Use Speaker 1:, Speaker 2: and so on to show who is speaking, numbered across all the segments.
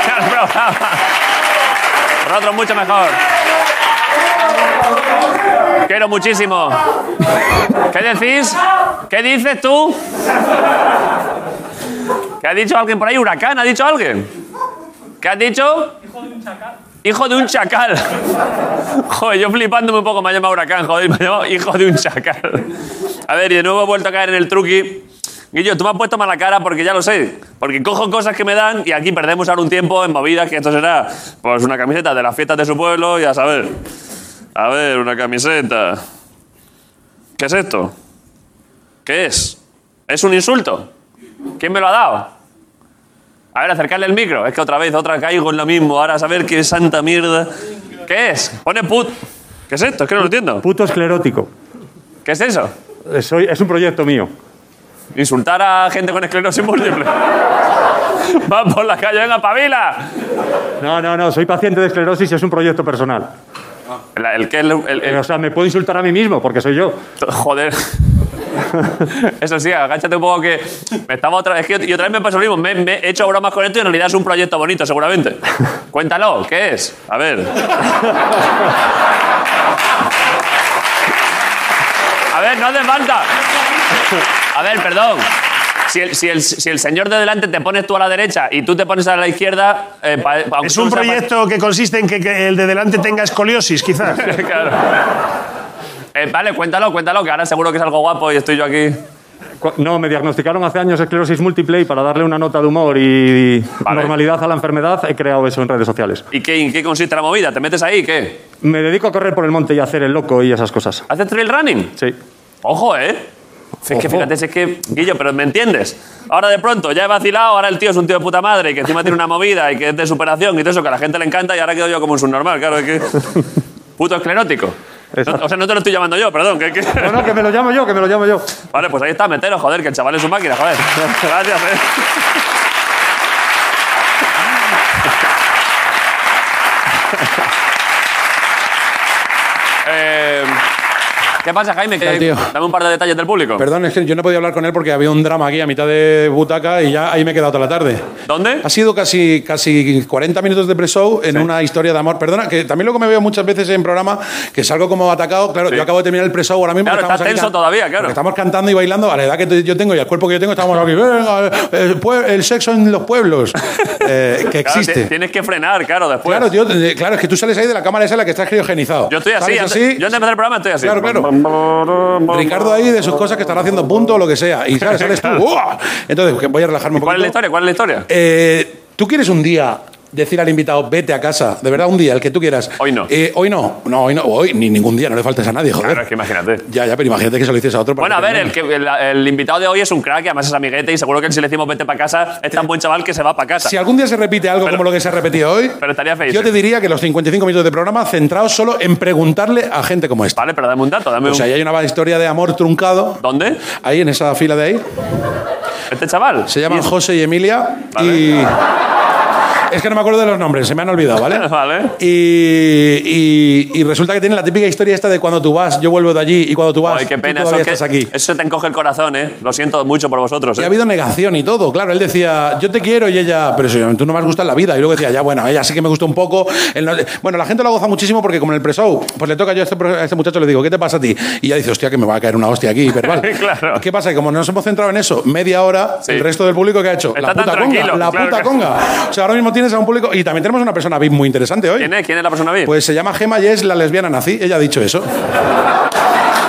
Speaker 1: programa. Nosotros mucho mejor. Quiero muchísimo. ¿Qué decís? ¿Qué dices tú? ¿Qué ha dicho alguien por ahí? ¿Huracán? ¿Ha dicho alguien? ¿Qué has dicho? Hijo de un chacal. Joder, yo flipándome un poco me ha llamado huracán, joder, me ha llamado hijo de un chacal. A ver, y de nuevo he vuelto a caer en el truqui. Guillo, tú me has puesto mala cara porque ya lo sé. Porque cojo cosas que me dan y aquí perdemos ahora un tiempo en movidas que esto será, pues una camiseta de las fiestas de su pueblo y a saber. A ver, una camiseta. ¿Qué es esto? ¿Qué es? ¿Es un insulto? ¿Quién me lo ha dado? A ver, acercarle el micro. Es que otra vez, otra caigo en lo mismo. Ahora a saber qué santa mierda. ¿Qué es? Pone put. ¿Qué es esto? Es que no lo entiendo.
Speaker 2: Puto esclerótico. Eh,
Speaker 1: ¿Qué es eso?
Speaker 2: Soy- es un proyecto mío.
Speaker 1: Insultar a gente con esclerosis múltiple. Va por la calle, venga, pavila.
Speaker 2: No, no, no, soy paciente de esclerosis y es un proyecto personal. Eh,
Speaker 1: El, el que el- el- el-
Speaker 2: O sea, me puedo insultar a mí mismo porque soy yo.
Speaker 1: Joder. Eso sí, agáchate un poco que me estaba otra vez. Es que yo otra vez me pasó lo mismo. Me, me he hecho bromas con esto y en realidad es un proyecto bonito, seguramente. Cuéntalo, ¿qué es? A ver. A ver, no desmanta. A ver, perdón. Si el, si, el, si el señor de delante te pones tú a la derecha y tú te pones a la izquierda, eh, pa- pa- aunque
Speaker 3: Es
Speaker 1: tú
Speaker 3: un
Speaker 1: no sepas-
Speaker 3: proyecto que consiste en que, que el de delante tenga escoliosis, quizás.
Speaker 1: Claro. Eh, vale, cuéntalo, cuéntalo, que ahora seguro que es algo guapo y estoy yo aquí.
Speaker 2: Cu- No, me diagnosticaron hace años esclerosis múltiple y para darle una nota de humor y
Speaker 1: Vale.
Speaker 2: normalidad a la enfermedad he creado eso en redes sociales.
Speaker 1: ¿Y qué, en qué consiste la movida? ¿Te metes ahí? ¿Qué?
Speaker 2: Me dedico a correr por el monte y a hacer el loco y esas cosas.
Speaker 1: ¿Haces trail running?
Speaker 2: Sí.
Speaker 1: Ojo, ¿eh? Si Es que
Speaker 2: Ojo.
Speaker 1: fíjate, si es que, Guillo, pero me entiendes. Ahora de pronto ya he vacilado, ahora el tío es un tío de puta madre y que encima tiene una movida y que es de superación y todo eso que a la gente le encanta y ahora quedo yo como un subnormal, claro, es que. Puto esclerótico. No-
Speaker 2: Exacto.
Speaker 1: o sea, no te lo estoy llamando yo, perdón, que es que.
Speaker 2: No, no, que me lo llamo yo, que me lo llamo yo.
Speaker 1: Vale, pues ahí está, metelo, joder, que el chaval es su máquina, joder. Gracias, eh. Eh, ¿Qué pasa, Jaime? Que-
Speaker 4: tal, tío?
Speaker 1: dame un par de detalles del público.
Speaker 4: Perdón, es que yo no podía hablar con él porque había un drama aquí a mitad de butaca y ya ahí me he quedado toda la tarde.
Speaker 1: ¿Dónde?
Speaker 4: Ha sido casi, casi 40 minutos de pre-show en una historia de amor. Perdona, que también lo que me veo muchas veces en programa, que salgo como atacado. Claro, yo acabo de terminar el pre-show ahora mismo.
Speaker 1: Claro,
Speaker 4: estamos
Speaker 1: estás
Speaker 4: aquí
Speaker 1: tenso
Speaker 4: can-
Speaker 1: todavía, claro.
Speaker 4: porque Estamos cantando y bailando a la edad que yo tengo y al cuerpo que yo tengo, estamos aquí. Venga, el, pue- el sexo en los pueblos, eh, que
Speaker 1: Claro,
Speaker 4: existe.
Speaker 1: ti- tienes que frenar, claro, después.
Speaker 4: Claro, tío, eh, claro, es que tú sales ahí de la cámara esa en la que estás criogenizado.
Speaker 1: yo estoy así,
Speaker 4: Sales
Speaker 1: antes- yo antes de empezar el programa estoy así.
Speaker 4: Claro, claro. Ricardo ahí de sus cosas que estará haciendo punto o lo que sea. Y sabes, sales tú. ¡uah! Entonces, que voy a relajarme un poco.
Speaker 1: ¿Cuál es la historia? ¿Cuál es la historia?
Speaker 4: Eh, ¿Tú quieres un día decir al invitado, vete a casa? De verdad, un día, el que tú quieras.
Speaker 1: Hoy no.
Speaker 4: Eh, hoy no. No, hoy no. Hoy ni ningún día, no le faltes a nadie, joder.
Speaker 1: Claro, es que imagínate.
Speaker 4: Ya, ya, pero imagínate que se lo dices a otro. para
Speaker 1: Bueno, a
Speaker 4: que
Speaker 1: ver,
Speaker 4: no.
Speaker 1: el, que, el, el invitado de hoy es un crack, y además es amiguete y seguro que si le decimos vete para casa, es tan buen chaval que se va para casa.
Speaker 4: Si algún día se repite algo como lo que se ha repetido hoy,
Speaker 1: pero estaría feliz.
Speaker 4: yo te diría que los 55 minutos de programa centrados solo en preguntarle a gente como esta.
Speaker 1: Vale, pero dame un dato, dame
Speaker 4: O sea,
Speaker 1: un...
Speaker 4: Pues ahí hay una historia de amor truncado.
Speaker 1: ¿Dónde?
Speaker 4: Ahí en esa fila de ahí.
Speaker 1: Este chaval.
Speaker 4: Se llaman José y Emilia. Y. Es que no me acuerdo de los nombres, se me han olvidado, ¿vale?
Speaker 1: Vale.
Speaker 4: Y, y- y resulta que tienen la típica historia esta de cuando tú vas, yo vuelvo de allí y cuando tú vas,
Speaker 1: Ay, qué
Speaker 4: tú
Speaker 1: pena, eso,
Speaker 4: todavía
Speaker 1: que-
Speaker 4: estás aquí.
Speaker 1: eso te encoge el corazón, ¿eh? Lo siento mucho por vosotros,
Speaker 4: Y ha
Speaker 1: ¿eh?
Speaker 4: habido negación y todo, claro. Él decía, yo te quiero y ella, pero si tú no me has gustado en la vida. Y luego decía, ya bueno, ella sí que me gustó un poco. Él no- Bueno, la gente lo goza muchísimo porque como en el pre-show, pues le toca yo a este, pro- a este muchacho, le digo, ¿qué te pasa a ti? Y ella dice, hostia, que me va a caer una hostia aquí, verbal.
Speaker 1: Claro.
Speaker 4: ¿Qué pasa? Que como nos hemos centrado en eso, media hora,
Speaker 1: Sí.
Speaker 4: el resto del público que ha hecho,
Speaker 1: Está
Speaker 4: la
Speaker 1: tan
Speaker 4: puta conga,
Speaker 1: tranquilo,
Speaker 4: la
Speaker 1: claro
Speaker 4: puta
Speaker 1: que-
Speaker 4: conga. O sea, ahora mismo tienes a un público y también tenemos una persona VIP muy interesante hoy.
Speaker 1: ¿Quién es? ¿Quién es la persona VIP?
Speaker 4: Pues se llama Gema y es la lesbiana nazi. Ella ha dicho eso.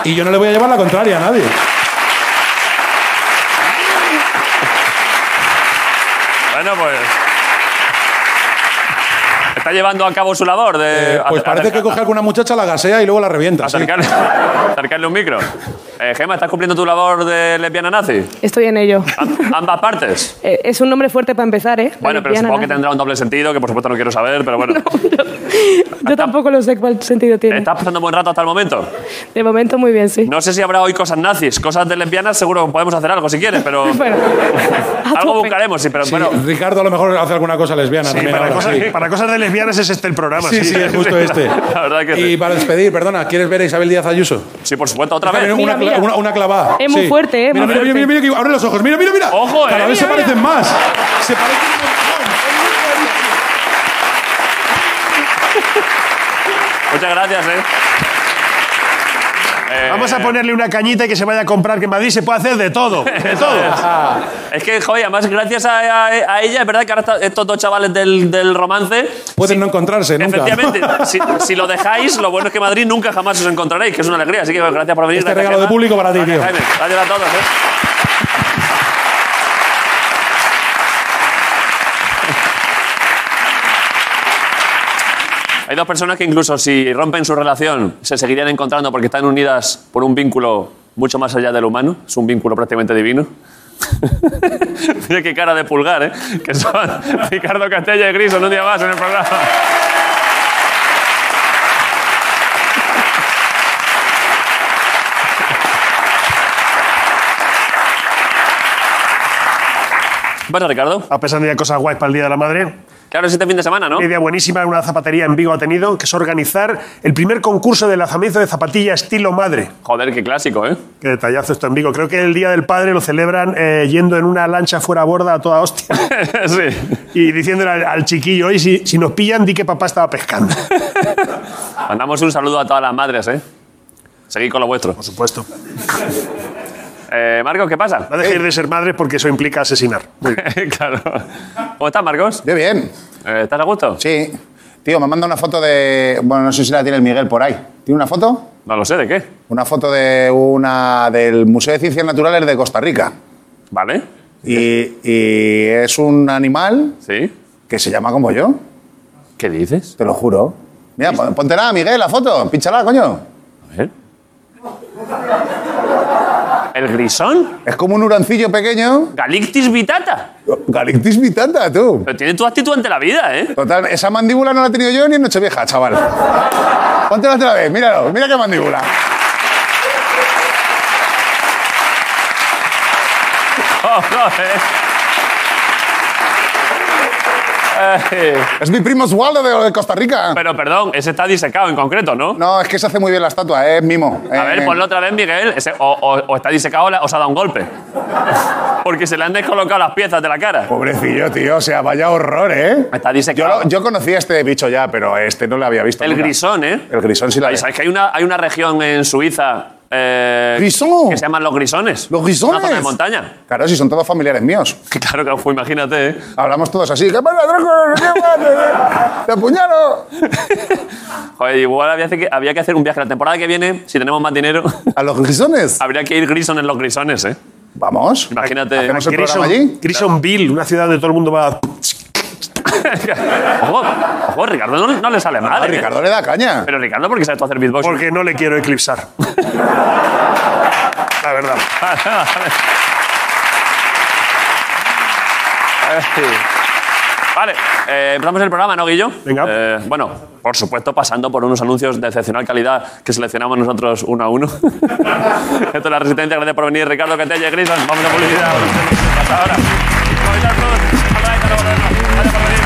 Speaker 4: Y yo no le voy a llevar la contraria a nadie.
Speaker 1: Bueno, pues... Está llevando a cabo su labor de...
Speaker 4: Eh, pues
Speaker 1: acer-
Speaker 4: parece
Speaker 1: acer-
Speaker 4: que coge alguna muchacha, la gasea y luego la revienta. sí.
Speaker 1: Acercarle, acercarle un micro. Eh, Gema, ¿estás cumpliendo tu labor de lesbiana nazi?
Speaker 5: Estoy en ello.
Speaker 1: Am- ambas partes.
Speaker 5: Eh, Es un nombre fuerte para empezar, ¿eh? La
Speaker 1: Bueno, pero
Speaker 5: lesbiana,
Speaker 1: supongo que
Speaker 5: nada.
Speaker 1: tendrá un doble sentido, que por supuesto no quiero saber, pero bueno.
Speaker 5: Yo tampoco lo sé cuál sentido tiene.
Speaker 1: ¿Estás pasando un buen rato hasta el momento?
Speaker 5: De momento muy bien, sí.
Speaker 1: No sé si habrá hoy cosas nazis, cosas de lesbianas, seguro podemos hacer algo si quieres, pero
Speaker 5: Bueno, a
Speaker 1: algo
Speaker 5: tope.
Speaker 1: buscaremos, sí, pero
Speaker 4: Sí,
Speaker 1: bueno,
Speaker 4: Ricardo a lo mejor hace alguna cosa lesbiana
Speaker 3: Sí,
Speaker 4: también.
Speaker 3: para,
Speaker 4: ahora,
Speaker 3: cosas,
Speaker 4: sí.
Speaker 3: para cosas de lesbianas es este el programa.
Speaker 4: Sí, sí, es justo este.
Speaker 1: La verdad que sí.
Speaker 4: Y para despedir, perdona, ¿quieres ver a Isabel Díaz Ayuso?
Speaker 1: sí, por supuesto, otra
Speaker 4: Mira,
Speaker 1: vez.
Speaker 4: una,
Speaker 5: Mira, mira.
Speaker 4: una- una clavada.
Speaker 5: Es muy fuerte, eh,
Speaker 4: Mira,
Speaker 5: muy
Speaker 4: mira, mira,
Speaker 5: fuerte.
Speaker 4: mira, mira, abre los ojos. Mira, mira, mira.
Speaker 1: Ojo,
Speaker 4: Cada
Speaker 1: eh.
Speaker 4: vez se
Speaker 1: Mira,
Speaker 4: parecen más. Se parecen un montón.
Speaker 1: muchas gracias, ¿eh? Eh,
Speaker 3: Vamos a ponerle una cañita y que se vaya a comprar, que en Madrid se puede hacer de todo. De
Speaker 1: Eso
Speaker 3: todo.
Speaker 1: es. Es que, joder, además, gracias a, a- a ella, es verdad que ahora está- estos dos chavales del, del romance.
Speaker 4: Pueden no encontrarse nunca.
Speaker 1: Efectivamente, si, si lo dejáis, lo bueno es que Madrid nunca jamás os encontraréis, que es una alegría. Así que bueno, gracias por venir.
Speaker 4: Este
Speaker 1: gracias,
Speaker 4: regalo de
Speaker 1: Gemma.
Speaker 4: público para ti,
Speaker 1: Gracias,
Speaker 4: tío.
Speaker 1: Jaime. Gracias a todos, ¿eh? Hay dos personas que incluso si rompen su relación se seguirían encontrando porque están unidas por un vínculo mucho más allá del humano. Es un vínculo prácticamente divino. Mira qué cara de pulgar, ¿eh? Que son Ricardo Castella y Griso, un día más en el programa. ¿Qué pasa, Ricardo?
Speaker 3: A pesar de ir a cosas guays para el Día de la Madre.
Speaker 1: Claro, es este fin de semana, ¿no?
Speaker 3: Una idea buenísima una zapatería en Vigo ha tenido, que es organizar el primer concurso de lanzamiento de zapatilla estilo madre.
Speaker 1: Joder, qué clásico, ¿eh?
Speaker 3: Qué detallazo esto en Vigo. Creo que el Día del Padre lo celebran eh, yendo en una lancha fuera a borda a toda hostia
Speaker 1: sí.
Speaker 3: y diciéndole al, al chiquillo, oye, si, si nos pillan, di que papá estaba pescando.
Speaker 1: Mandamos un saludo a todas las madres, ¿eh? Seguid con lo vuestro.
Speaker 3: Por supuesto.
Speaker 1: Eh, Marcos, ¿qué pasa?
Speaker 3: No dejéis de ser madres porque eso implica asesinar.
Speaker 1: claro. ¿Cómo estás, Marcos?
Speaker 6: Yo bien,
Speaker 1: Eh, ¿Estás a gusto?
Speaker 6: sí. Tío, me manda una foto de. Bueno, no sé si la tiene el Miguel por ahí. ¿Tiene una foto?
Speaker 1: No lo sé, ¿de qué?
Speaker 6: Una foto de una del Museo de Ciencias Naturales de Costa Rica.
Speaker 1: ¿Vale?
Speaker 6: Y, y es un animal
Speaker 1: ¿Sí?
Speaker 6: que se llama como yo,
Speaker 1: ¿Qué dices?
Speaker 6: te lo juro. Mira, pon- póntela, Miguel, la foto. Pínchala, coño.
Speaker 1: A ver. ¿El grisón?
Speaker 6: Es como un hurancillo pequeño.
Speaker 1: Galictis vitata.
Speaker 6: Galictis vitata, tú.
Speaker 1: Pero tiene tu actitud ante la vida, ¿eh?
Speaker 6: Total, esa mandíbula no la he tenido yo ni en Nochevieja, chaval. Póntela otra vez, míralo, mira qué mandíbula.
Speaker 1: Oh, Eh,
Speaker 6: Es mi primo Oswaldo de, de Costa Rica.
Speaker 1: Pero perdón, ese está disecado en concreto, ¿no?
Speaker 6: No, es que se hace muy bien la estatua, es mimo. Eh,
Speaker 1: A ver, ponlo otra vez, Miguel. Ese- o, o- o está disecado o os ha dado un golpe. Porque se le han descolocado las piezas de la cara.
Speaker 6: Pobrecillo, tío, o sea, vaya horror, ¿eh?
Speaker 1: Está
Speaker 6: Yo,
Speaker 1: disecado.
Speaker 6: lo- yo conocía este bicho ya, pero este no lo había visto.
Speaker 1: El
Speaker 6: nunca.
Speaker 1: grisón, ¿eh?
Speaker 6: El grisón sí la
Speaker 1: Ahí,
Speaker 6: vi.
Speaker 1: ¿Sabes que hay una, hay una región en Suiza eh,
Speaker 6: ¿Grisón?
Speaker 1: que se llaman los grisones?
Speaker 6: ¿Los grisones?
Speaker 1: Una zona de montaña.
Speaker 6: Claro, si son todos familiares míos.
Speaker 1: Que Claro que fue, imagínate. ¿eh?
Speaker 6: Hablamos todos así. ¿Qué pasa, Draco? ¿Qué pasa? ¡Te apuñalo!
Speaker 1: Joder, igual había que, había que hacer un viaje. La temporada que viene, si tenemos más dinero,
Speaker 6: ¿A los grisones?
Speaker 1: habría que ir grison en los grisones, ¿eh?
Speaker 6: Vamos.
Speaker 1: Imagínate.
Speaker 6: ¿Hacemos el
Speaker 3: Grison-
Speaker 6: programa allí?
Speaker 3: Grisonville, una ciudad donde todo el mundo va a
Speaker 1: ojo, ojo, Ricardo no, no le sale mal.
Speaker 6: A
Speaker 1: ¿eh?
Speaker 6: Ricardo le da caña.
Speaker 1: Pero Ricardo, ¿por qué sabes tú hacer beatbox?
Speaker 3: Porque no le quiero eclipsar. La verdad.
Speaker 1: Vale, eh, empezamos el programa, ¿no, Guillo?
Speaker 3: Venga.
Speaker 1: Eh, bueno, por supuesto, pasando por unos anuncios de excepcional calidad que seleccionamos nosotros uno a uno. Esto es La Resistencia, gracias por venir, Ricardo Catella y Grison. Vamos a publicidad. Hasta ahora. Movistar Plus. Hasta ahora, hasta luego. Gracias por venir.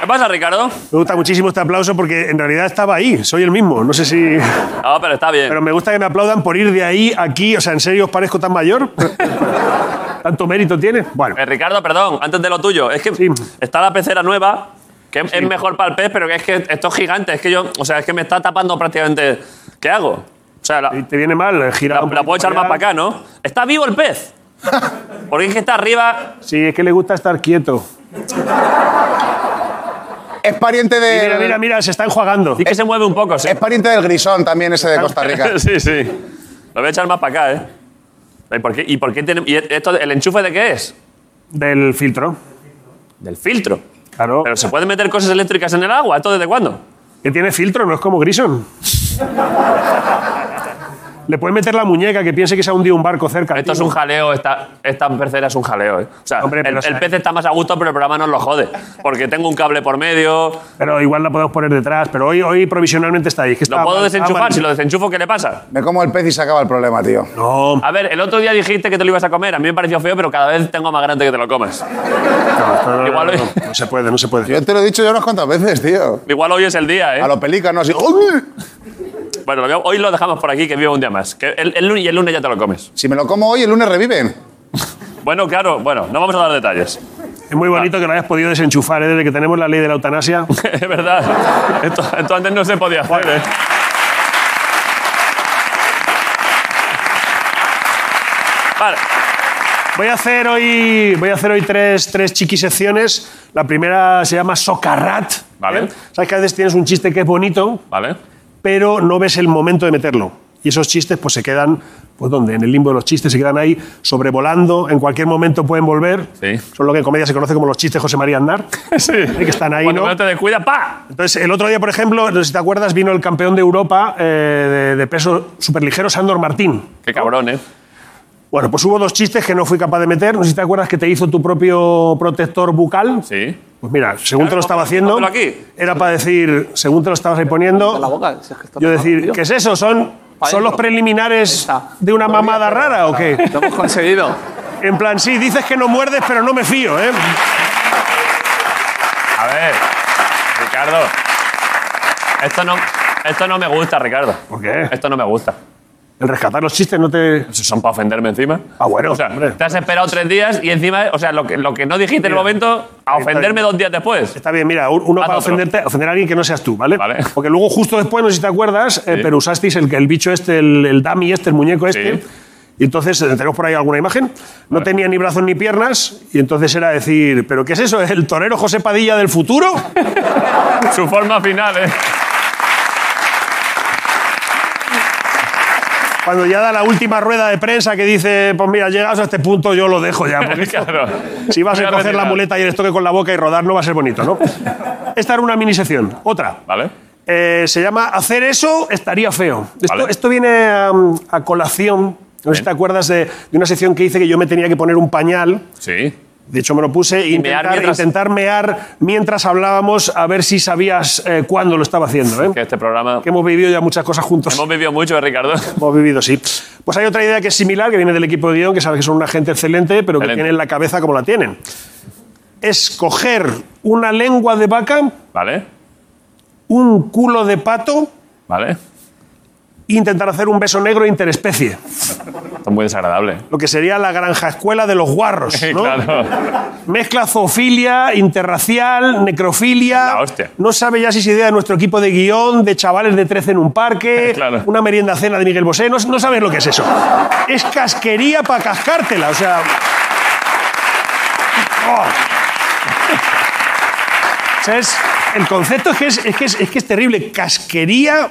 Speaker 1: ¿Qué pasa, Ricardo?
Speaker 3: Me gusta muchísimo este aplauso porque en realidad estaba ahí, soy el mismo. No sé si.
Speaker 1: No, Ah, pero está bien.
Speaker 3: Pero me gusta que me aplaudan por ir de ahí a aquí. O sea, ¿en serio os parezco tan mayor? ¿Tanto mérito tiene? Bueno.
Speaker 1: Eh, Ricardo, perdón, antes de lo tuyo. Es que
Speaker 3: Sí.
Speaker 1: está la pecera nueva, que es mejor para el pez, pero que es que esto es gigante. Es que yo, o sea, es que me está tapando prácticamente. ¿Qué hago? O sea, la,
Speaker 3: y Te viene mal, eh, gira.
Speaker 1: la-
Speaker 3: un
Speaker 1: la
Speaker 3: poquito
Speaker 1: puedo echar más para acá, ¿no? Está vivo el pez. Porque es que está arriba.
Speaker 3: Sí, es que le gusta estar quieto.
Speaker 6: Es pariente de.
Speaker 3: Mira, mira, mira, se está enjuagando.
Speaker 1: Sí que se mueve un poco, sí.
Speaker 6: Es pariente del grisón también, ese de Costa Rica.
Speaker 1: sí, sí. Lo voy a echar más para acá, ¿eh? ¿Y por qué, y por qué tiene- y esto, el enchufe de qué es?
Speaker 3: Del filtro.
Speaker 1: Del filtro.
Speaker 3: Claro.
Speaker 1: Pero se pueden meter cosas eléctricas en el agua. ¿Esto desde cuándo?
Speaker 3: Que tiene filtro, no es como Grison. Le puedes meter la muñeca que piense que se ha hundido un barco cerca.
Speaker 1: Esto es
Speaker 3: tío.
Speaker 1: un jaleo, esta, esta pecera es un jaleo. eh. O sea,
Speaker 3: Hombre,
Speaker 1: el,
Speaker 3: pero
Speaker 1: el
Speaker 3: sabe-
Speaker 1: pez está más a gusto, pero el programa nos lo jode. Porque tengo un cable por medio.
Speaker 3: Pero igual la podemos poner detrás. Pero hoy, hoy provisionalmente está ahí. Es que
Speaker 1: ¿Lo
Speaker 3: está
Speaker 1: puedo
Speaker 3: mal- está
Speaker 1: desenchufar?
Speaker 3: mal-
Speaker 1: Si lo desenchufo, ¿qué le pasa?
Speaker 6: Me como el pez y se acaba el problema, tío.
Speaker 3: No,
Speaker 1: A ver, el otro día dijiste que te lo ibas a comer. A mí me pareció feo, pero cada vez tengo más grande que te lo comes.
Speaker 3: no, esto no,
Speaker 1: Igual hoy-
Speaker 3: no, no, no se puede, no se puede.
Speaker 6: Yo te lo he dicho ya unas cuantas veces, tío.
Speaker 1: Igual hoy es el día, ¿eh?
Speaker 6: A los pelícanos así. ¡Uy!
Speaker 1: Bueno, lo veo- hoy lo dejamos por aquí, que viva un día más. Que el, el lunes, y el lunes ya te lo comes.
Speaker 6: Si me lo como hoy, el lunes reviven.
Speaker 1: Bueno, claro, bueno, no vamos a dar detalles.
Speaker 3: Es muy bonito que lo hayas podido desenchufar, ¿eh? desde que tenemos la ley de la eutanasia.
Speaker 1: es verdad. Esto, esto antes no se podía hacer, ¿eh? Vale.
Speaker 3: Voy a hacer hoy, voy a hacer hoy tres, tres chiquisecciones. La primera se llama Socarrat. ¿eh?
Speaker 1: Vale.
Speaker 3: Sabes que a veces tienes un chiste que es bonito,
Speaker 1: Vale.
Speaker 3: pero no ves el momento de meterlo. Y esos chistes pues se quedan, pues ¿dónde? En el limbo de los chistes, se quedan ahí sobrevolando, en cualquier momento pueden volver.
Speaker 1: Sí.
Speaker 3: Son lo que en comedia se conoce como los chistes José María Aznar.
Speaker 1: Sí.
Speaker 3: Que están ahí,
Speaker 1: Cuando
Speaker 3: ¿no?
Speaker 1: no te descuidas, ¡pa!
Speaker 3: Entonces, el otro día, por ejemplo, no sé si te acuerdas, vino el campeón de Europa eh, de, de peso superligero, Sandor Martín.
Speaker 1: Qué cabrón, ¿eh?
Speaker 3: Bueno, pues hubo dos chistes que no fui capaz de meter. No sé si te acuerdas que te hizo tu propio protector bucal.
Speaker 1: Sí.
Speaker 3: Pues mira, según te lo estaba haciendo,
Speaker 1: Póntelo aquí.
Speaker 3: era para decir, según te lo estabas ahí poniendo,
Speaker 7: la boca, si es que está
Speaker 3: yo
Speaker 7: tapado,
Speaker 3: decir,
Speaker 7: tío.
Speaker 3: ¿qué es eso? ¿Son,
Speaker 7: Pa'
Speaker 3: son los
Speaker 7: dentro.
Speaker 3: preliminares
Speaker 7: Está.
Speaker 3: de una mamada rara o qué?
Speaker 7: Lo hemos conseguido.
Speaker 3: En plan, sí, dices que no muerdes, pero no me fío, ¿eh?
Speaker 1: A ver, Ricardo. Esto no, esto no me gusta, Ricardo.
Speaker 3: ¿Por qué?
Speaker 1: Esto no me gusta.
Speaker 3: El rescatar los chistes no te...
Speaker 1: Son para ofenderme encima.
Speaker 3: Ah, bueno,
Speaker 1: O sea,
Speaker 3: hombre.
Speaker 1: te has esperado tres días y encima, o sea, lo que, lo que no dijiste en el
Speaker 3: Mira,
Speaker 1: momento, a
Speaker 3: ahí está
Speaker 1: ofenderme
Speaker 3: bien.
Speaker 1: dos días después.
Speaker 3: Está bien, mira, un- uno
Speaker 1: Haz
Speaker 3: para
Speaker 1: otro.
Speaker 3: ofenderte, ofender a alguien que no seas tú, ¿vale?
Speaker 1: Ah, Vale.
Speaker 3: Porque luego justo después, no sé si te acuerdas, eh, pero usasteis el, el bicho este, el, el dummy este, el muñeco este.
Speaker 1: Sí.
Speaker 3: Y entonces, eh, tenemos por ahí alguna imagen, no tenía ni brazos ni piernas, y entonces era decir, ¿pero qué es eso? ¿El torero José Padilla del futuro?
Speaker 1: Su forma final, ¿eh?
Speaker 3: Cuando ya da la última rueda de prensa que dice, pues mira, llegados a este punto yo lo dejo ya. porque
Speaker 1: Claro.
Speaker 3: si vas
Speaker 1: Voy
Speaker 3: a
Speaker 1: a
Speaker 3: coger la
Speaker 1: retirar.
Speaker 3: muleta y el estoque con la boca y rodar no va a ser bonito, ¿no? Esta era una mini sección. Otra.
Speaker 1: Vale.
Speaker 3: Eh, se llama Hacer eso estaría feo. Esto,
Speaker 1: Vale.
Speaker 3: esto viene a, a colación. No sé si te acuerdas de, de una sección que hice que yo me tenía que poner un pañal.
Speaker 1: Sí.
Speaker 3: De hecho, me lo puse. e
Speaker 1: Y mear
Speaker 3: intentar,
Speaker 1: mientras-
Speaker 3: intentar mear mientras hablábamos a ver si sabías eh, cuándo lo estaba haciendo. ¿eh?
Speaker 1: Que este programa.
Speaker 3: Que hemos vivido ya muchas cosas juntos.
Speaker 1: Hemos vivido mucho, ¿eh, Ricardo.
Speaker 3: Hemos vivido, sí. Pues hay otra idea que es similar, que viene del equipo de guión, que sabes que son una gente excelente, pero que
Speaker 1: Excelente.
Speaker 3: tienen la cabeza como la tienen. Es coger una lengua de vaca,
Speaker 1: Vale.
Speaker 3: un culo de pato
Speaker 1: Vale. Esto
Speaker 3: e intentar hacer un beso negro interespecie.
Speaker 1: es muy desagradable.
Speaker 3: Lo que sería la granja escuela de los guarros.
Speaker 1: Sí,
Speaker 3: ¿no?
Speaker 1: claro.
Speaker 3: Mezcla zoofilia, interracial, necrofilia.
Speaker 1: La hostia.
Speaker 3: No sabe ya si es idea de nuestro equipo de guión, de chavales de 13 en un parque,
Speaker 1: Claro.
Speaker 3: una merienda cena de Miguel Bosé. No, no sabes lo que es eso. Es casquería para cascártela. O sea. Oh. O sea, es- el concepto es que es, es que es, es que es terrible. Casquería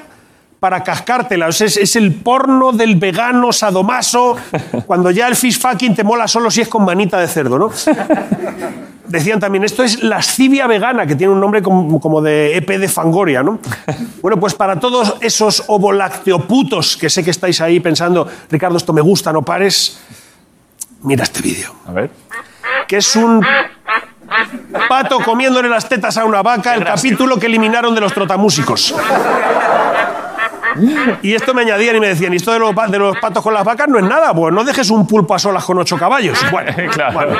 Speaker 3: para cascártela. O sea, es, es el porno del vegano sadomaso cuando ya el fish fucking te mola solo si es con manita de cerdo, ¿no? Decían también, esto es lascivia vegana, que tiene un nombre como, como de EP de Fangoria, ¿no? Bueno, pues para todos esos ovolacteoputos que sé que estáis ahí pensando, Ricardo, esto me gusta, no pares, mira este vídeo
Speaker 1: A ver.
Speaker 3: que es un pato comiéndole las tetas a una vaca, el capítulo que eliminaron de los trotamúsicos. Y esto me añadían y me decían, ¿y esto de los, pa- de los patos con las vacas no es nada? Pues no dejes un pulpo a solas con ocho caballos. Bueno,
Speaker 1: Claro.
Speaker 3: bueno.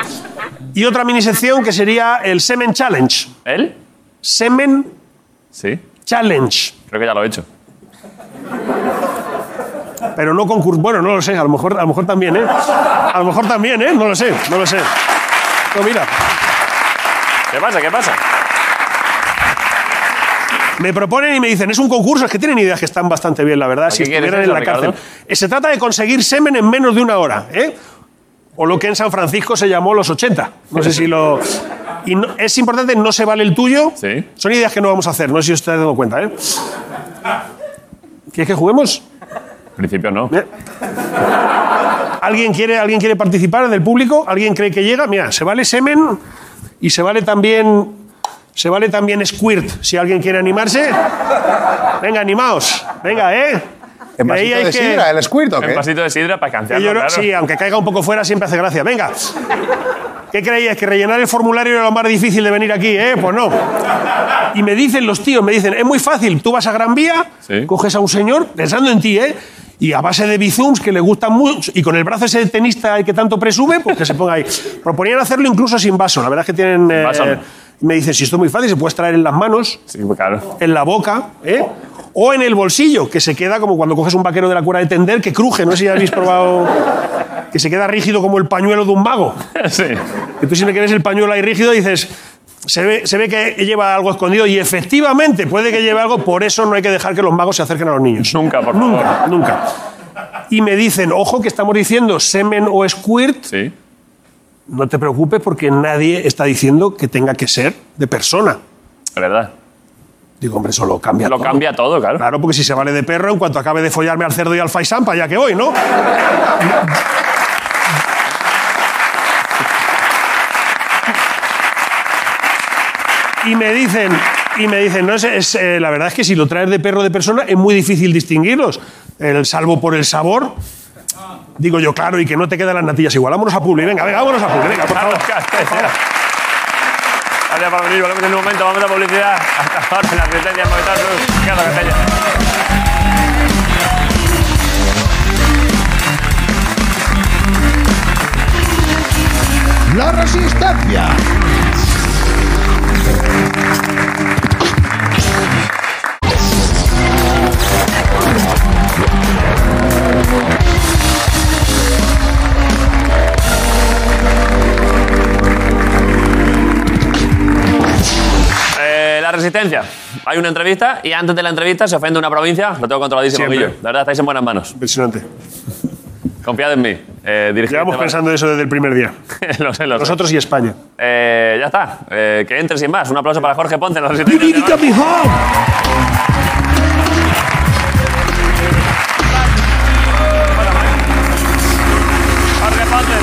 Speaker 3: Y otra mini sección que sería el Semen Challenge.
Speaker 1: ¿Él?
Speaker 3: Semen
Speaker 1: Sí.
Speaker 3: Challenge.
Speaker 1: Creo que ya lo he hecho.
Speaker 3: Pero no con... cur- Bueno, no lo sé, a lo mejor, a lo mejor también, ¿eh? A lo mejor también, ¿eh? No lo sé, no lo sé. No, mira.
Speaker 1: ¿Qué pasa? ¿Qué pasa?
Speaker 3: Me proponen y me dicen, es un concurso, es que tienen ideas que están bastante bien, la verdad, si
Speaker 1: qué quieres
Speaker 3: estuvieran en
Speaker 1: eso,
Speaker 3: la
Speaker 1: Ricardo?
Speaker 3: cárcel. Eh, Se trata de conseguir semen en menos de una hora, ¿eh? O lo que en San Francisco se llamó los 80. No sé si lo... Y no- es importante, no se vale el tuyo.
Speaker 1: Sí.
Speaker 3: Son ideas que no vamos a hacer, no sé si os estáis dando cuenta, ¿eh? ¿Quieres que juguemos?
Speaker 1: En principio no.
Speaker 3: Mira. ¿Alguien quiere, ¿Alguien quiere participar del público? ¿Alguien cree que llega? Mira, se vale semen y se vale también. Se vale también squirt, si alguien quiere animarse. Venga, animaos. Venga, ¿eh?
Speaker 6: En
Speaker 8: ahí
Speaker 6: vasito
Speaker 8: hay
Speaker 6: de
Speaker 8: que-
Speaker 6: sidra, el squirt, ¿o
Speaker 1: En
Speaker 6: qué?
Speaker 1: vasito de sidra para
Speaker 8: Que
Speaker 1: cancelarlo,
Speaker 8: ¿Eh? yo no-
Speaker 1: claro.
Speaker 8: Sí, aunque caiga un poco fuera, siempre hace gracia. Venga. ¿Qué creías? ¿Que rellenar el formulario era lo más difícil de venir aquí? ¿eh? Pues no. Y me dicen los tíos, me dicen, es muy fácil. Tú vas a Gran Vía,
Speaker 1: Sí.
Speaker 8: coges a un señor, pensando en ti, ¿eh? Y a base de bizums que le gustan mucho, y con el brazo ese tenista al que tanto presume, pues que se ponga ahí. Proponían hacerlo incluso sin vaso. La verdad es que tienen. eh,
Speaker 1: Vaso no.
Speaker 8: me dicen, si esto es muy fácil, se puede traer en las manos
Speaker 1: Sí, claro.
Speaker 8: en la boca, ¿eh? O en el bolsillo, que se queda como cuando coges un vaquero de la cuerda de tender, que cruje, no sé si ya habéis probado, que se queda rígido como el pañuelo de un mago.
Speaker 1: Sí.
Speaker 8: Que tú siempre que ves el pañuelo ahí rígido dices, se ve, se ve que lleva algo escondido y efectivamente puede que lleve algo, por eso no hay que dejar que los magos se acerquen a los niños.
Speaker 1: Nunca, por favor.
Speaker 8: Nunca, nunca. Y me dicen, ojo que estamos diciendo semen o squirt,
Speaker 1: Sí.
Speaker 8: no te preocupes porque nadie está diciendo que tenga que ser de persona.
Speaker 1: La verdad.
Speaker 8: Digo, hombre, eso lo cambia
Speaker 1: Lo
Speaker 8: todo.
Speaker 1: cambia todo, claro.
Speaker 8: Claro, porque si se vale de perro, en cuanto acabe de follarme al cerdo y al faisán, para allá que voy, ¿no? Y me dicen, y me dicen, no sé, es, eh, la verdad es que si lo traes de perro o de persona es muy difícil distinguirlos, el salvo por el sabor. Digo yo, claro, y que no te quedan las natillas igual. Vámonos a Publi, venga, venga, vámonos a Publi, venga, por favor.
Speaker 1: Carlos Castells, ya. Gracias por venir, volvemos en un momento, vamos a la publicidad. Hasta ahora en la Resistencia en Movistar Plus. Carlos Castells.
Speaker 9: La resistencia.
Speaker 1: Eh, la Resistencia. Hay una entrevista y antes de la entrevista se ofende una provincia. Lo tengo controladísimo,
Speaker 8: Siempre.
Speaker 1: Guillo. La verdad, estáis en buenas manos.
Speaker 8: Impresionante.
Speaker 1: Confiad en mí. Eh, dirigente,
Speaker 8: Llevamos
Speaker 1: vale.
Speaker 8: pensando eso desde el primer día.
Speaker 1: lo sé, lo sé.
Speaker 8: Nosotros y España.
Speaker 1: Eh, ya está. Eh, que entre sin más. Un aplauso para Jorge Ponce. La Resistencia. Jorge Ponce.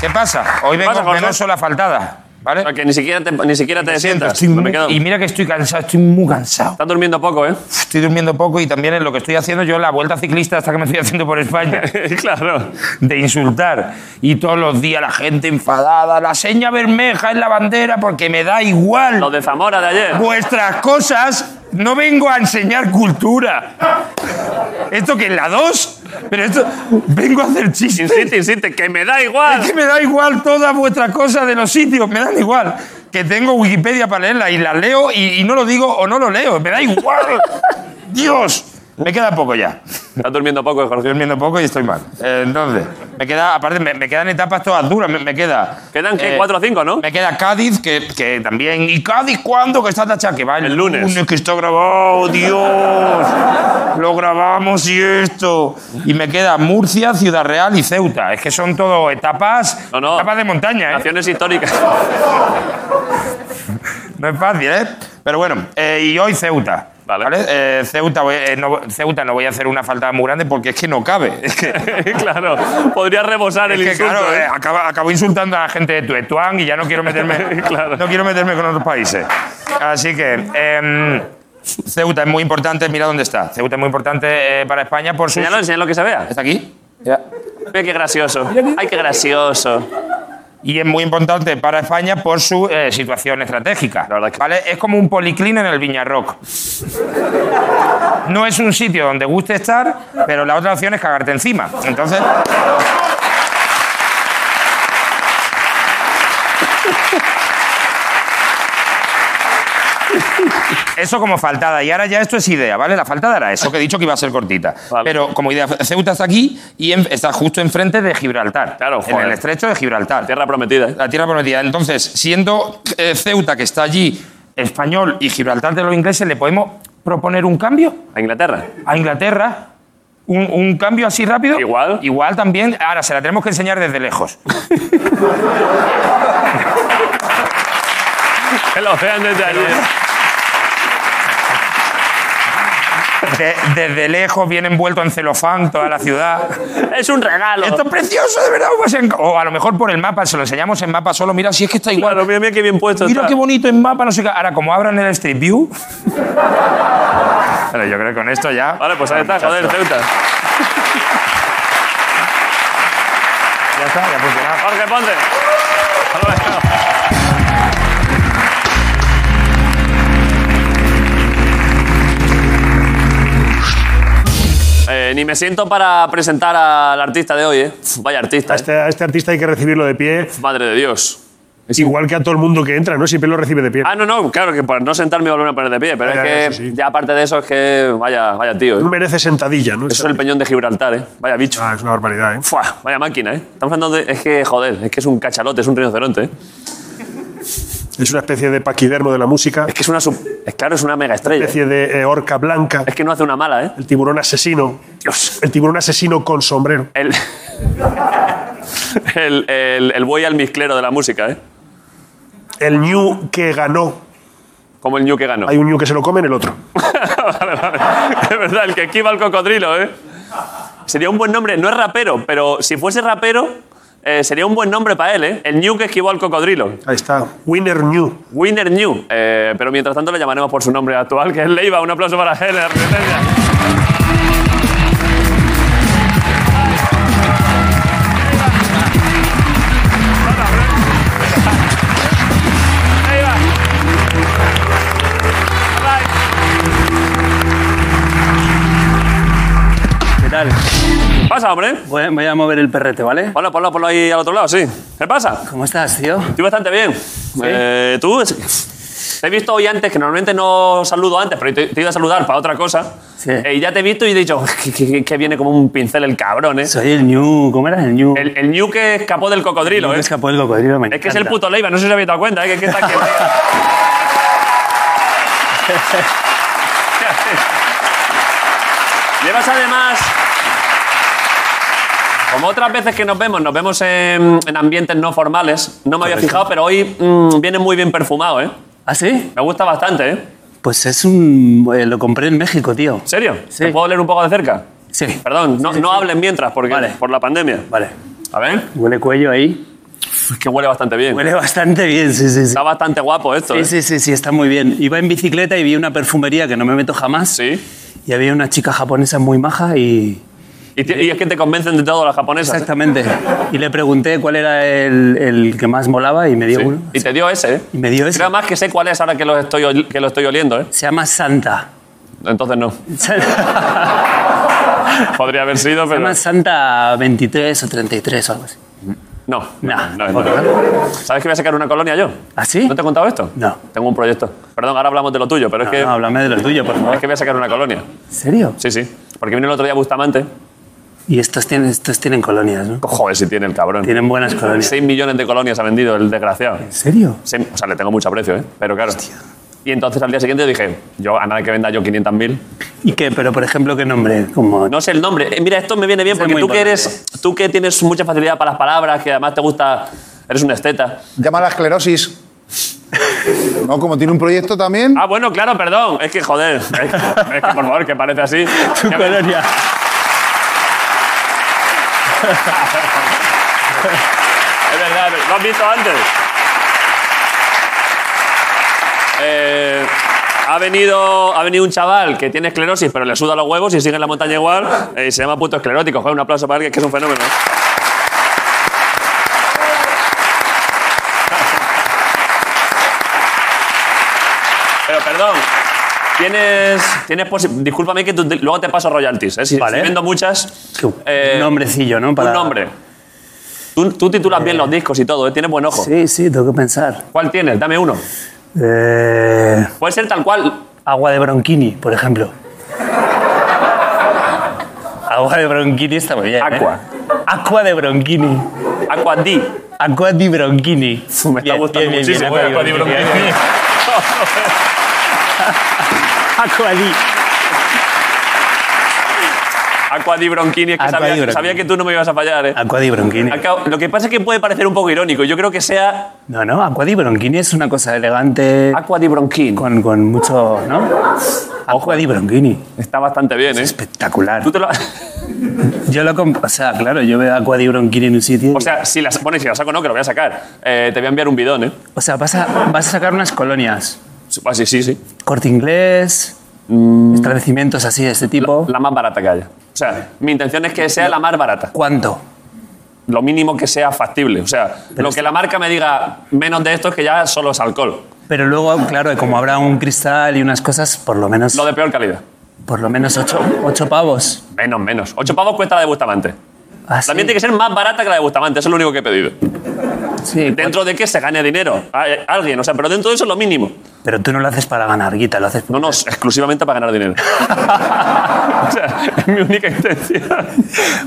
Speaker 3: ¿Qué pasa? Hoy vengo
Speaker 1: pasa,
Speaker 3: con
Speaker 1: Jorge?
Speaker 3: una sola faltada,
Speaker 1: O sea,
Speaker 3: ¿vale?
Speaker 1: que ni siquiera te, ni siquiera te sientas.
Speaker 3: Estoy
Speaker 1: No
Speaker 3: muy-
Speaker 1: me quedo.
Speaker 3: Y mira que estoy cansado, estoy muy cansado.
Speaker 1: Estás durmiendo poco, ¿eh?
Speaker 3: Estoy durmiendo poco y también en lo que estoy haciendo yo, la vuelta ciclista hasta que me estoy haciendo por España,
Speaker 1: claro.
Speaker 3: de insultar. Y todos los días la gente enfadada, la seña bermeja en la bandera porque me da igual.
Speaker 1: Los de Zamora de ayer.
Speaker 3: vuestras cosas, no vengo a enseñar cultura. Esto que es la 2, pero esto vengo a hacer chistes.
Speaker 1: Insiste, insiste, que me da
Speaker 3: Es que
Speaker 1: igual.
Speaker 3: me da igual todas vuestras cosas de los sitios, me dan igual. Que tengo Wikipedia para leerla y la leo y, y no lo digo o no lo leo, me da igual. Dios, me queda poco ya.
Speaker 1: Estás durmiendo poco, eh,
Speaker 3: Estoy
Speaker 1: Jorge.
Speaker 3: durmiendo poco y estoy mal. Eh, Entonces, me queda, aparte, me, me quedan etapas todas duras. Me, me queda.
Speaker 1: Quedan,
Speaker 3: Eh,
Speaker 1: ¿qué? Cuatro o cinco, ¿no?
Speaker 3: Me queda Cádiz, que, que también. ¿Y Cádiz cuándo? Que está tachado, que va el,
Speaker 1: El lunes.
Speaker 3: que está grabado, Dios. Lo grabamos y esto. Y me queda Murcia, Ciudad Real y Ceuta. Es que son todo etapas,
Speaker 1: No, no.
Speaker 3: etapas de montaña, ¿eh?
Speaker 1: Naciones históricas.
Speaker 3: No es fácil, ¿eh? Pero bueno, eh, y hoy Ceuta.
Speaker 1: Vale.
Speaker 3: Eh, Ceuta, voy- eh, no, Ceuta no voy a hacer una falta muy grande porque es que no cabe. Es que,
Speaker 1: claro, podría rebosar el
Speaker 3: es que,
Speaker 1: insulto.
Speaker 3: claro,
Speaker 1: ¿eh?
Speaker 3: eh, acaba- acabo insultando a la gente de Tuetuán y ya no quiero meterme,
Speaker 1: Claro.
Speaker 3: eh, no pues, quiero meterme con otros países. Así que em, Ceuta es muy importante, mira dónde está. Ceuta es muy importante eh, para España por su...
Speaker 1: Enséñalo, enséñalo que se vea.
Speaker 3: ¿Está aquí?
Speaker 1: Mira qué gracioso. Ay, qué gracioso.
Speaker 3: y es muy importante para España por su eh, situación estratégica.
Speaker 1: La verdad que-
Speaker 3: ¿Vale? Es como un policlín en el Viñarroc. No es un sitio donde guste estar, pero la otra opción es cagarte encima. Entonces. Eso como faltada. Y ahora ya esto es idea, ¿vale? La faltada era eso, que he dicho que iba a ser cortita.
Speaker 1: Vale.
Speaker 3: Pero como idea, Ceuta está aquí y en- está justo enfrente de Gibraltar.
Speaker 1: Claro,
Speaker 3: En
Speaker 1: joder.
Speaker 3: el estrecho de Gibraltar.
Speaker 1: Tierra prometida, ¿eh?
Speaker 3: La tierra prometida. Entonces, siendo eh, Ceuta, que está allí, español y Gibraltar de los ingleses, ¿le podemos proponer un cambio
Speaker 1: A Inglaterra.
Speaker 3: a Inglaterra? ¿Un, un cambio así rápido?
Speaker 1: Igual.
Speaker 3: Igual también. Ahora, se la tenemos que enseñar desde lejos.
Speaker 1: Que lo vean desde allí.
Speaker 10: Desde, desde lejos viene envuelto en celofán toda la ciudad.
Speaker 1: Es un regalo.
Speaker 10: Esto es precioso, de verdad. vas en- O a lo mejor por el mapa, se lo enseñamos en mapa solo. Mira, si es que está igual.
Speaker 1: Claro, mira, mira qué bien puesto
Speaker 10: Mira
Speaker 1: está.
Speaker 10: qué bonito en mapa, no sé qué. Ahora, como abran el Street View. Pero yo creo que con esto ya.
Speaker 1: Vale, pues ahí está, joder, Ceuta.
Speaker 10: Ya está, ya funciona.
Speaker 1: Jorge, ponte. Eh, ni me siento para presentar al artista de hoy, ¿eh? Vaya artista,
Speaker 3: A
Speaker 1: ¿eh?
Speaker 3: este, a este artista hay que recibirlo de pie,
Speaker 1: Madre de Dios.
Speaker 3: igual que a todo el mundo que entra, ¿no? Siempre lo recibe de pie.
Speaker 1: Ah, no, no, claro que por no sentarme volver a poner de pie, pero
Speaker 3: Ya, ya,
Speaker 1: es que
Speaker 3: eso sí.
Speaker 1: ya aparte de eso es que vaya, vaya tío, ¿eh?
Speaker 3: No merece sentadilla, ¿no?
Speaker 1: Eso es el peñón de Gibraltar, ¿eh? Vaya bicho.
Speaker 3: Ah, es una barbaridad, ¿eh?
Speaker 1: Fua, vaya máquina, ¿eh? Estamos hablando de... Es que, joder, es que es un cachalote, es un rinoceronte, ¿eh?
Speaker 3: Es una especie de paquidermo de la música,
Speaker 1: Es que es una... sub- Es claro, es una mega estrella.
Speaker 3: especie de eh, orca blanca,
Speaker 1: Es que no hace una mala, ¿eh?
Speaker 3: el tiburón asesino.
Speaker 1: Dios.
Speaker 3: El tiburón asesino con sombrero.
Speaker 1: El, el, el, el buey almizclero de la música, ¿eh?
Speaker 3: El ñu que ganó.
Speaker 1: Como el ñu que ganó.
Speaker 3: Hay un ñu que se lo come en el otro.
Speaker 1: Vale, vale. Es verdad, el que esquiva al cocodrilo, ¿eh? Sería un buen nombre. No es rapero, pero si fuese rapero, eh, sería un buen nombre para él, ¿eh? El ñu que esquivó al cocodrilo.
Speaker 3: Ahí está. Winner ñu.
Speaker 1: Winner New. Eh, pero mientras tanto le llamaremos por su nombre actual, que es Leiva. Un aplauso para él. en la resistencia. Leiva.
Speaker 7: ¿Qué tal?
Speaker 1: ¿Qué pasa, hombre?
Speaker 7: Voy a, voy a mover el perrete, ¿vale?
Speaker 1: Ponlo, ponlo, ponlo ahí al otro lado, sí. ¿Qué pasa?
Speaker 7: ¿Cómo estás, tío?
Speaker 1: Estoy bastante bien. Eh, ¿Tú? Es- Te he visto hoy antes, que normalmente no saludo antes, pero te, te he ido a saludar para otra cosa.
Speaker 7: Sí.
Speaker 1: Eh, y ya te he visto y he dicho, que, que- que viene como un pincel el cabrón, ¿eh?
Speaker 7: Soy el New. ¿Cómo eras el New?
Speaker 1: El, el ñu que escapó del cocodrilo,
Speaker 7: Me
Speaker 1: ¿eh?
Speaker 7: escapó el cocodrilo, me
Speaker 1: Es que es el
Speaker 7: encanta.
Speaker 1: puto Leiva, no sé si os habéis dado cuenta, ¿eh? Que, que está aquí. Llevas además. Como otras veces que nos vemos, nos vemos en, en ambientes no formales. No me había fijado, pero hoy mm, viene muy bien perfumado, ¿eh?
Speaker 7: ¿Ah, sí?
Speaker 1: Me gusta bastante, ¿eh?
Speaker 7: Pues es un... eh, lo compré en México, tío.
Speaker 1: ¿En serio?
Speaker 7: Sí.
Speaker 1: ¿Te puedo oler un poco de cerca?
Speaker 7: Sí.
Speaker 1: Perdón, no, no hablen mientras, porque
Speaker 7: Vale.
Speaker 1: por la pandemia.
Speaker 7: Vale.
Speaker 1: A ver,
Speaker 7: Huele cuello ahí.
Speaker 1: es que huele bastante bien.
Speaker 7: Huele bastante bien, sí, sí, sí.
Speaker 1: Está bastante guapo esto. ¿eh?
Speaker 7: Sí, sí, sí, sí, está muy bien. Iba en bicicleta y vi una perfumería que no me meto jamás.
Speaker 1: Sí.
Speaker 7: Y había una chica japonesa muy maja y...
Speaker 1: Y, ti- y es que te convencen de todo las japonesas. ¿eh?
Speaker 7: Exactamente. Y le pregunté cuál era el, el que más molaba y me dio
Speaker 1: Sí.
Speaker 7: uno.
Speaker 1: Y te dio ese, ¿eh?
Speaker 7: Y me dio ese.
Speaker 1: Creo más que sé cuál es ahora que lo estoy, ol- que lo estoy oliendo, ¿eh?
Speaker 7: Se llama Santa.
Speaker 1: Entonces no. Podría haber sido,
Speaker 7: Se
Speaker 1: pero.
Speaker 7: llama Santa 23 o 33 o algo así.
Speaker 1: No.
Speaker 7: Nah,
Speaker 1: no, no, no. ¿Sabes que voy a sacar una colonia yo?
Speaker 7: ¿Ah, sí?
Speaker 1: ¿No te he contado esto?
Speaker 7: No.
Speaker 1: Tengo un proyecto. Perdón, ahora hablamos de lo tuyo, pero es
Speaker 7: No,
Speaker 1: que.
Speaker 7: no, háblame de lo tuyo, por favor.
Speaker 1: Es que voy a sacar una colonia.
Speaker 7: ¿En serio?
Speaker 1: Sí, sí. Porque vino el otro día Bustamante.
Speaker 7: Y estos tienen, estos tienen colonias, ¿no?
Speaker 1: Joder, si tiene el cabrón.
Speaker 7: Tienen buenas colonias.
Speaker 1: 6 millones de colonias ha vendido el desgraciado.
Speaker 7: ¿En serio?
Speaker 1: Sí, o sea, le tengo mucho aprecio, ¿eh? Pero claro. Y entonces al día siguiente yo dije, yo a nada que venda yo 500.000.
Speaker 7: ¿Y qué? Pero, por ejemplo, ¿qué nombre? Como...
Speaker 1: No sé el nombre. Eh, mira, esto me viene bien
Speaker 7: Ese es
Speaker 1: porque
Speaker 7: muy
Speaker 1: tú que,
Speaker 7: importante.
Speaker 1: eres, tú que tienes mucha facilidad para las palabras, que además te gusta, eres un esteta.
Speaker 6: Llama a la esclerosis. No, como tiene un proyecto también.
Speaker 1: Ah, bueno, claro, perdón. Es que, joder, es que, es que, por favor, que parece así.
Speaker 7: Tu
Speaker 1: Que-
Speaker 7: colonia.
Speaker 1: Es verdad, lo has visto antes. Eh, ha, venido, ha venido un chaval que tiene esclerosis, pero le suda los huevos y sigue en la montaña igual. eh, y se llama punto esclerótico. Joder, un aplauso para él, que es que es un fenómeno. Pero perdón. Tienes, tienes posi- discúlpame que tú- luego te paso royalties, ¿eh? Si, si
Speaker 7: Vale.
Speaker 1: vendo muchas...
Speaker 7: Un
Speaker 1: eh,
Speaker 7: nombrecillo, ¿no? Para-
Speaker 1: un nombre. Tú, tú titulas bien los discos y todo, ¿eh? tienes buen ojo.
Speaker 7: Sí, sí, tengo que pensar.
Speaker 1: ¿Cuál tienes? Dame uno.
Speaker 7: Eh,
Speaker 1: Puede ser tal cual.
Speaker 7: Agua de bronquini, por ejemplo. Agua de bronquini está muy bien. ¿eh?
Speaker 1: Aqua.
Speaker 7: Aqua de bronquini.
Speaker 1: Aqua D.
Speaker 7: Aqua di bronquini.
Speaker 1: Me está gustando muchísimo. eh, Aqua di Bronchini.
Speaker 7: Aqua di.
Speaker 1: Aqua di Bronchini, es que
Speaker 7: Aqua
Speaker 1: sabía,
Speaker 7: di Bronchini.
Speaker 1: sabía que tú no me ibas a fallar, ¿eh?
Speaker 7: Aqua di Bronchini.
Speaker 1: Acá- Lo que pasa es que puede parecer un poco irónico. Yo creo que sea
Speaker 7: No, no, Aqua di Bronchini es una cosa elegante
Speaker 1: Aqua di Bronchini.
Speaker 7: con, con mucho, ¿no? Aqua di Bronchini.
Speaker 1: Está bastante bien, ¿eh?
Speaker 7: Espectacular.
Speaker 1: Tú te lo-
Speaker 7: Yo lo comp- O sea, claro, yo veo Aqua di Bronchini en un sitio. y-
Speaker 1: O sea, si la, bueno, y si la saco, no, que lo voy a sacar. Eh, te voy a enviar un bidón, ¿eh?
Speaker 7: o sea, vas, a, vas a sacar unas colonias.
Speaker 1: Ah, sí, sí, sí.
Speaker 7: Corte inglés, establecimientos así de este tipo.
Speaker 1: Mm. La más barata que haya. O sea, mi intención es que sea la más barata.
Speaker 7: ¿Cuánto?
Speaker 1: Lo mínimo que sea factible. O sea, lo que la marca me diga menos de esto es que ya solo es alcohol.
Speaker 7: Pero luego, claro, como habrá un cristal y unas cosas, por lo menos,
Speaker 1: Lo de peor calidad.
Speaker 7: por lo menos ocho, ocho pavos.
Speaker 1: Menos, menos. Ocho pavos cuesta la de Bustamante.
Speaker 7: Así.
Speaker 1: También tiene que ser más barata que la de Bustamante. Eso es lo único que he pedido.
Speaker 7: Sí,
Speaker 1: Dentro de que se gane dinero. a- a alguien. O sea, pero dentro de eso es lo mínimo.
Speaker 7: Pero tú no lo haces para ganar, Guita, lo haces por-
Speaker 1: No, no, exclusivamente para ganar dinero. o sea, es mi única intención.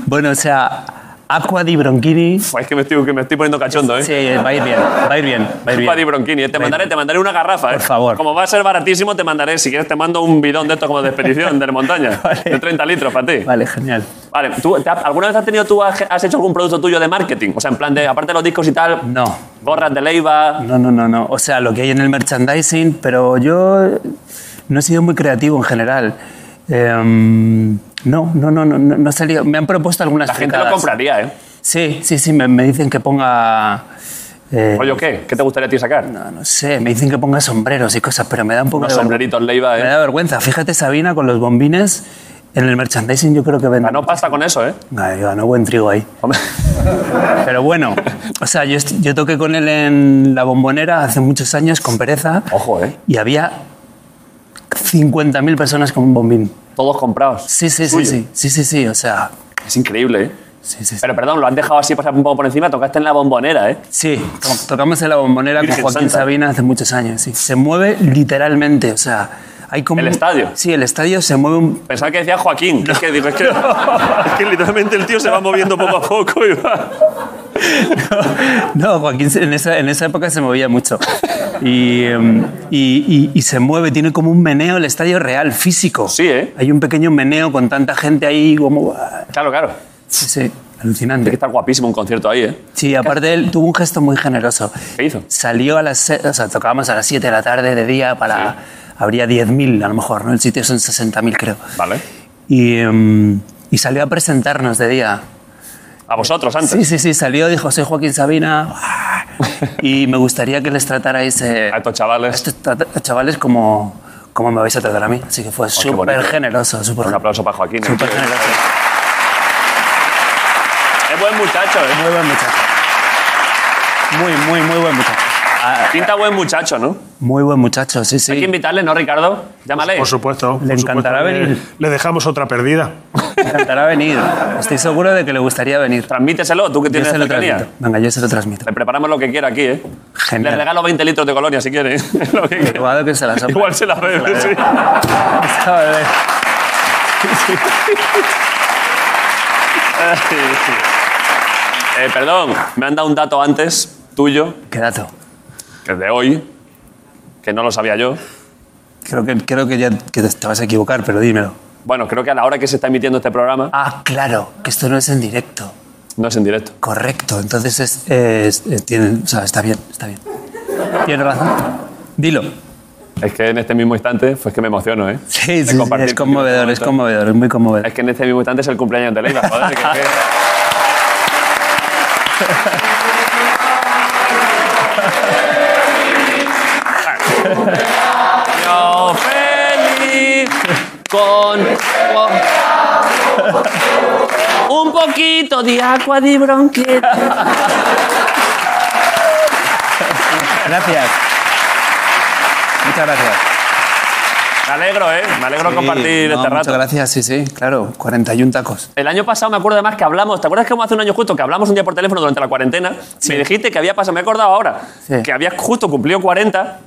Speaker 7: Bueno, o sea, Aqua di Bronchini.
Speaker 1: Pues es que me estoy, que me estoy poniendo cachondo, ¿eh?
Speaker 7: Sí, va a ir bien, va a ir bien, va a ir bien.
Speaker 1: Chupa Di Bronchini, eh. te
Speaker 7: Ven.
Speaker 1: mandaré, te mandaré una garrafa. eh.
Speaker 7: Por favor.
Speaker 1: Como va a ser baratísimo, te mandaré, si quieres, te mando un bidón de esto como de expedición de la montaña.
Speaker 7: Vale.
Speaker 1: De 30 litros para ti. Vale.
Speaker 7: Vale, genial.
Speaker 1: ¿Tú, te ha- ¿Alguna vez has tenido tú, has has hecho algún producto tuyo de marketing? O sea, en plan de, aparte de los discos y tal,
Speaker 7: No,
Speaker 1: gorras de Leiva.
Speaker 7: no, no, no, no. O sea, lo que hay en el merchandising, pero yo no he sido muy creativo en general. Em, no, no, no, no, no, no he salido. Me han propuesto algunas
Speaker 1: La gente lo
Speaker 7: fricadas.
Speaker 1: compraría, ¿eh?
Speaker 7: Sí, sí, sí, me, me dicen que ponga. eh,
Speaker 1: Oye, ¿qué? ¿Qué te gustaría a ti sacar?
Speaker 7: no, no sé, me dicen que ponga sombreros y cosas, pero me da un poco
Speaker 1: Unos
Speaker 7: de vergüenza.
Speaker 1: sombreritos Leiva,
Speaker 7: Me
Speaker 1: ¿eh?
Speaker 7: da vergüenza. Fíjate, Sabina, con los bombines, en el merchandising yo creo que venden.
Speaker 1: No pasa con eso, ¿eh?
Speaker 7: Ay, ganó buen trigo ahí.
Speaker 1: Hombre.
Speaker 7: Pero bueno, o sea, yo, est- yo toqué con él en la bombonera hace muchos años con pereza.
Speaker 1: Ojo, ¿eh?
Speaker 7: Y había 50.000 personas con un bombín.
Speaker 1: Todos comprados.
Speaker 7: Sí, sí, sí,
Speaker 1: Suyo.
Speaker 7: sí, sí, sí, sí, o sea,
Speaker 1: Es increíble, ¿eh?
Speaker 7: sí, sí. sí.
Speaker 1: Pero perdón, lo han dejado así pasar un poco por encima, tocaste en la bombonera, ¿eh?
Speaker 7: Sí, to- tocamos en la bombonera
Speaker 1: Virgen
Speaker 7: con Joaquín
Speaker 1: Santa.
Speaker 7: Sabina hace muchos años. sí. Se mueve literalmente, o sea, hay como...
Speaker 1: ¿El
Speaker 7: un-
Speaker 1: estadio?
Speaker 7: Sí, el estadio se mueve un...
Speaker 1: Pensaba que decía Joaquín. Es que digo, es que, es que literalmente el tío se va moviendo poco a poco y va.
Speaker 7: No, Joaquín se- en esa, en esa época se movía mucho. Y, em, y- y- y se mueve, tiene como un meneo el estadio real, físico.
Speaker 1: Sí, ¿eh?
Speaker 7: Hay un pequeño meneo con tanta gente ahí como... ah,
Speaker 1: Claro, claro.
Speaker 7: Sí, sí,
Speaker 1: Tiene que
Speaker 7: alucinante.
Speaker 1: estar guapísimo un concierto ahí, ¿eh?
Speaker 7: Sí, aparte él tuvo un gesto muy generoso.
Speaker 1: ¿Qué hizo?
Speaker 7: Salió a las... se- O sea, tocábamos a las 7 de la tarde de día para... Habría 10.000 a lo mejor, ¿no? El sitio son 60.000 creo.
Speaker 1: Vale.
Speaker 7: Y, em, y salió a presentarnos de día.
Speaker 1: A vosotros antes.
Speaker 7: Sí, sí, sí, salió, dijo, soy Joaquín Sabina. Y me gustaría que les tratarais eh,
Speaker 1: A
Speaker 7: a
Speaker 1: estos chavales.
Speaker 7: estos tra- chavales como, como me vais a tratar a mí. Así que fue súper
Speaker 1: Oh, bonito.
Speaker 7: generoso, súper
Speaker 1: Un aplauso para Joaquín. ¿eh?
Speaker 7: súper generoso.
Speaker 1: Es buen muchacho, ¿eh?
Speaker 7: Muy buen muchacho. Muy, muy, muy buen muchacho. Ah,
Speaker 1: Pinta buen muchacho, ¿no?
Speaker 7: muy buen muchacho, sí,
Speaker 1: Hay que
Speaker 7: sí.
Speaker 1: invitarle, ¿no, Ricardo? Llámale.
Speaker 3: Por supuesto.
Speaker 7: Le
Speaker 3: por supuesto,
Speaker 7: encantará
Speaker 3: le-
Speaker 7: venir.
Speaker 3: Le dejamos otra perdida.
Speaker 7: Me encantará venir. Estoy seguro de que le gustaría venir.
Speaker 1: Transmíteselo, tú que
Speaker 7: Yo
Speaker 1: tienes
Speaker 7: se lo
Speaker 1: cercanía.
Speaker 7: transmito. Venga, yo se lo transmito.
Speaker 1: Le preparamos lo que quiera aquí, ¿eh?
Speaker 7: Genial.
Speaker 1: Le regalo 20 litros de colonia si quiere. ¿eh? Lo que quiera.
Speaker 7: Igual que se la sopla.
Speaker 1: Igual se la bebe, sí.
Speaker 7: A ver.
Speaker 1: Eh, perdón, me han dado un dato antes, tuyo,
Speaker 7: Qué dato.
Speaker 1: que es de hoy, que no lo sabía yo.
Speaker 7: Creo que, creo que ya que te vas a equivocar, pero dímelo.
Speaker 1: Bueno, creo que a la hora que se está emitiendo este programa,
Speaker 7: Ah, claro, que esto no es en directo.
Speaker 1: no es en directo.
Speaker 7: Correcto, entonces es, es- eh, tiene- o sea, está bien, está bien. Tienes razón. Dilo.
Speaker 1: Es que en este mismo instante, pues que me emociono, ¿eh?
Speaker 7: Sí,
Speaker 1: De
Speaker 7: sí, sí,
Speaker 1: compartir
Speaker 7: es conmovedor, es
Speaker 1: contigo.
Speaker 7: conmovedor, es muy conmovedor.
Speaker 1: Es que en este mismo instante es el cumpleaños de Leiva, joder, que, que- Yo feliz con, eh. con- un poquito de agua de bronquete.
Speaker 7: Gracias. Muchas gracias.
Speaker 1: Me alegro, ¿eh? Me alegro
Speaker 7: Sí,
Speaker 1: compartir
Speaker 7: no,
Speaker 1: este rato.
Speaker 7: Muchas gracias, sí, sí, claro, 41 tacos.
Speaker 1: El año pasado me acuerdo además que hablamos, ¿te acuerdas que como hace un año justo que hablamos un día por teléfono durante la cuarentena? Me dijiste que había pasado, me he acordado ahora,
Speaker 7: Sí.
Speaker 1: que habías justo cumplido 40.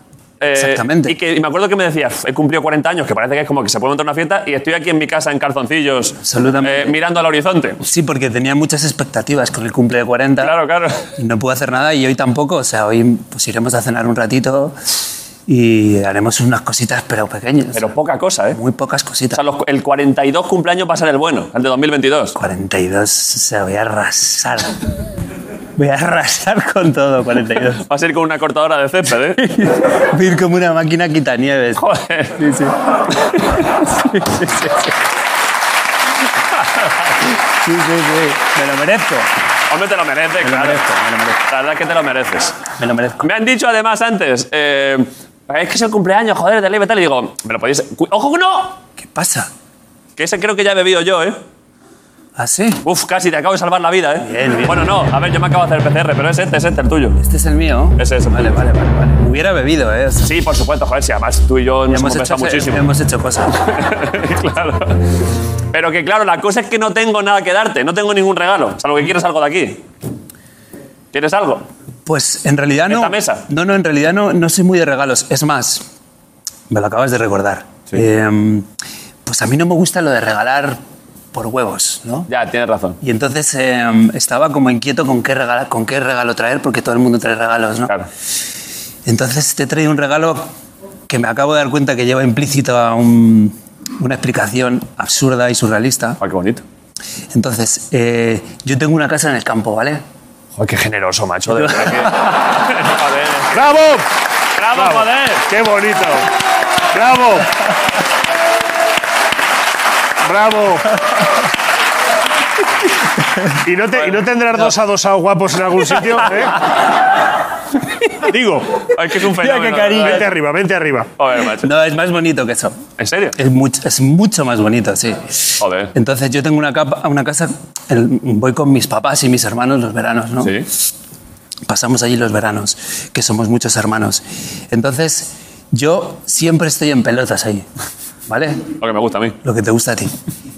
Speaker 1: eh,
Speaker 7: Exactamente.
Speaker 1: Y, que, y me acuerdo que me decías, he cumplido 40 años, que parece que es como que se puede montar una fiesta, y estoy aquí en mi casa en calzoncillos,
Speaker 7: Absolutamente.
Speaker 1: eh, mirando al horizonte.
Speaker 7: Sí, porque tenía muchas expectativas con el cumple de 40.
Speaker 1: Claro, claro.
Speaker 7: Y no pude hacer nada y hoy tampoco. O sea, hoy pues iremos a cenar un ratito y haremos unas cositas, pero pequeñas.
Speaker 1: Pero poca cosa, ¿eh?
Speaker 7: muy pocas
Speaker 1: O
Speaker 7: cositas.
Speaker 1: sea, los- el 42 cumpleaños va a ser el bueno, el de 2022.
Speaker 7: 42, o sea, voy a arrasar. Voy a arrasar con todo, 42.
Speaker 1: Va a ser con una cortadora de césped, ¿eh?
Speaker 7: Voy a ir como una máquina quitanieves.
Speaker 1: Joder.
Speaker 7: Sí, sí. Sí, sí, sí. Sí, sí, sí. Me lo merezco.
Speaker 1: Hombre, te lo mereces,
Speaker 7: Me lo
Speaker 1: claro.
Speaker 7: merezco, me lo merezco.
Speaker 1: La verdad es que te lo mereces.
Speaker 7: Me lo merezco.
Speaker 1: Me han dicho además antes, eh, es que es el cumpleaños, joder, de ley, tal. Y digo, me lo podéis. cu- ¡Ojo que no!
Speaker 7: ¿Qué pasa?
Speaker 1: Que ese creo que ya he bebido yo, ¿eh?
Speaker 7: ¿Ah, sí?
Speaker 1: Uf, casi te acabo de salvar la vida, ¿eh?
Speaker 7: Bien, bien.
Speaker 1: Bueno, no, a ver, yo me acabo de hacer el PCR, pero es este, es este, el tuyo.
Speaker 7: ¿Este es el mío?
Speaker 1: Ese es el
Speaker 7: Vale,
Speaker 1: tuyo.
Speaker 7: vale, vale, vale. Hubiera bebido, ¿eh? O sea,
Speaker 1: Sí, por supuesto, joder, si además tú y yo nos hemos
Speaker 7: hemos, hecho,
Speaker 1: besado muchísimo.
Speaker 7: hemos hecho cosas.
Speaker 1: claro. Pero que claro, la cosa es que no tengo nada que darte, no tengo ningún regalo, salvo que quieres algo de aquí. ¿Quieres algo?
Speaker 7: Pues en realidad no.
Speaker 1: ¿Esta mesa?
Speaker 7: No, no, en realidad no, no soy muy de regalos. Es más, me lo acabas de recordar. Eh, pues a mí no me gusta lo de regalar por huevos, ¿no?
Speaker 1: Ya, tienes razón.
Speaker 7: Y entonces eh, estaba como inquieto con qué, regala- con qué regalo traer, porque todo el mundo trae regalos, ¿no?
Speaker 1: Claro.
Speaker 7: Entonces te traigo un regalo que me acabo de dar cuenta que lleva implícita un- una explicación absurda y surrealista.
Speaker 1: Ah, qué bonito.
Speaker 7: Entonces, eh, yo tengo una casa en el campo, ¿vale?
Speaker 1: Joder, qué generoso, macho, de verdad que... Joder. ¡Bravo! ¡Bravo, joder!
Speaker 2: ¡Qué bonito! ¡Bravo! ¡Bravo!
Speaker 3: ¿Y no, te- y no tendrás dos adosados guapos en algún sitio? ¿eh? Digo,
Speaker 1: Ay, que es un fenómeno. de
Speaker 3: vente
Speaker 1: verdad.
Speaker 3: arriba, vente arriba.
Speaker 1: Joder, macho.
Speaker 7: No, es más bonito que eso.
Speaker 1: ¿En serio?
Speaker 7: Es mucho, es mucho más bonito, sí.
Speaker 1: Joder.
Speaker 7: Entonces yo tengo una, capa, una casa, el- voy con mis papás y mis hermanos los veranos, ¿no?
Speaker 1: Sí.
Speaker 7: pasamos allí los veranos, que somos muchos hermanos. Entonces, yo siempre estoy en pelotas ahí, ¿vale?
Speaker 1: Lo que me gusta a mí.
Speaker 7: Lo que te gusta a ti.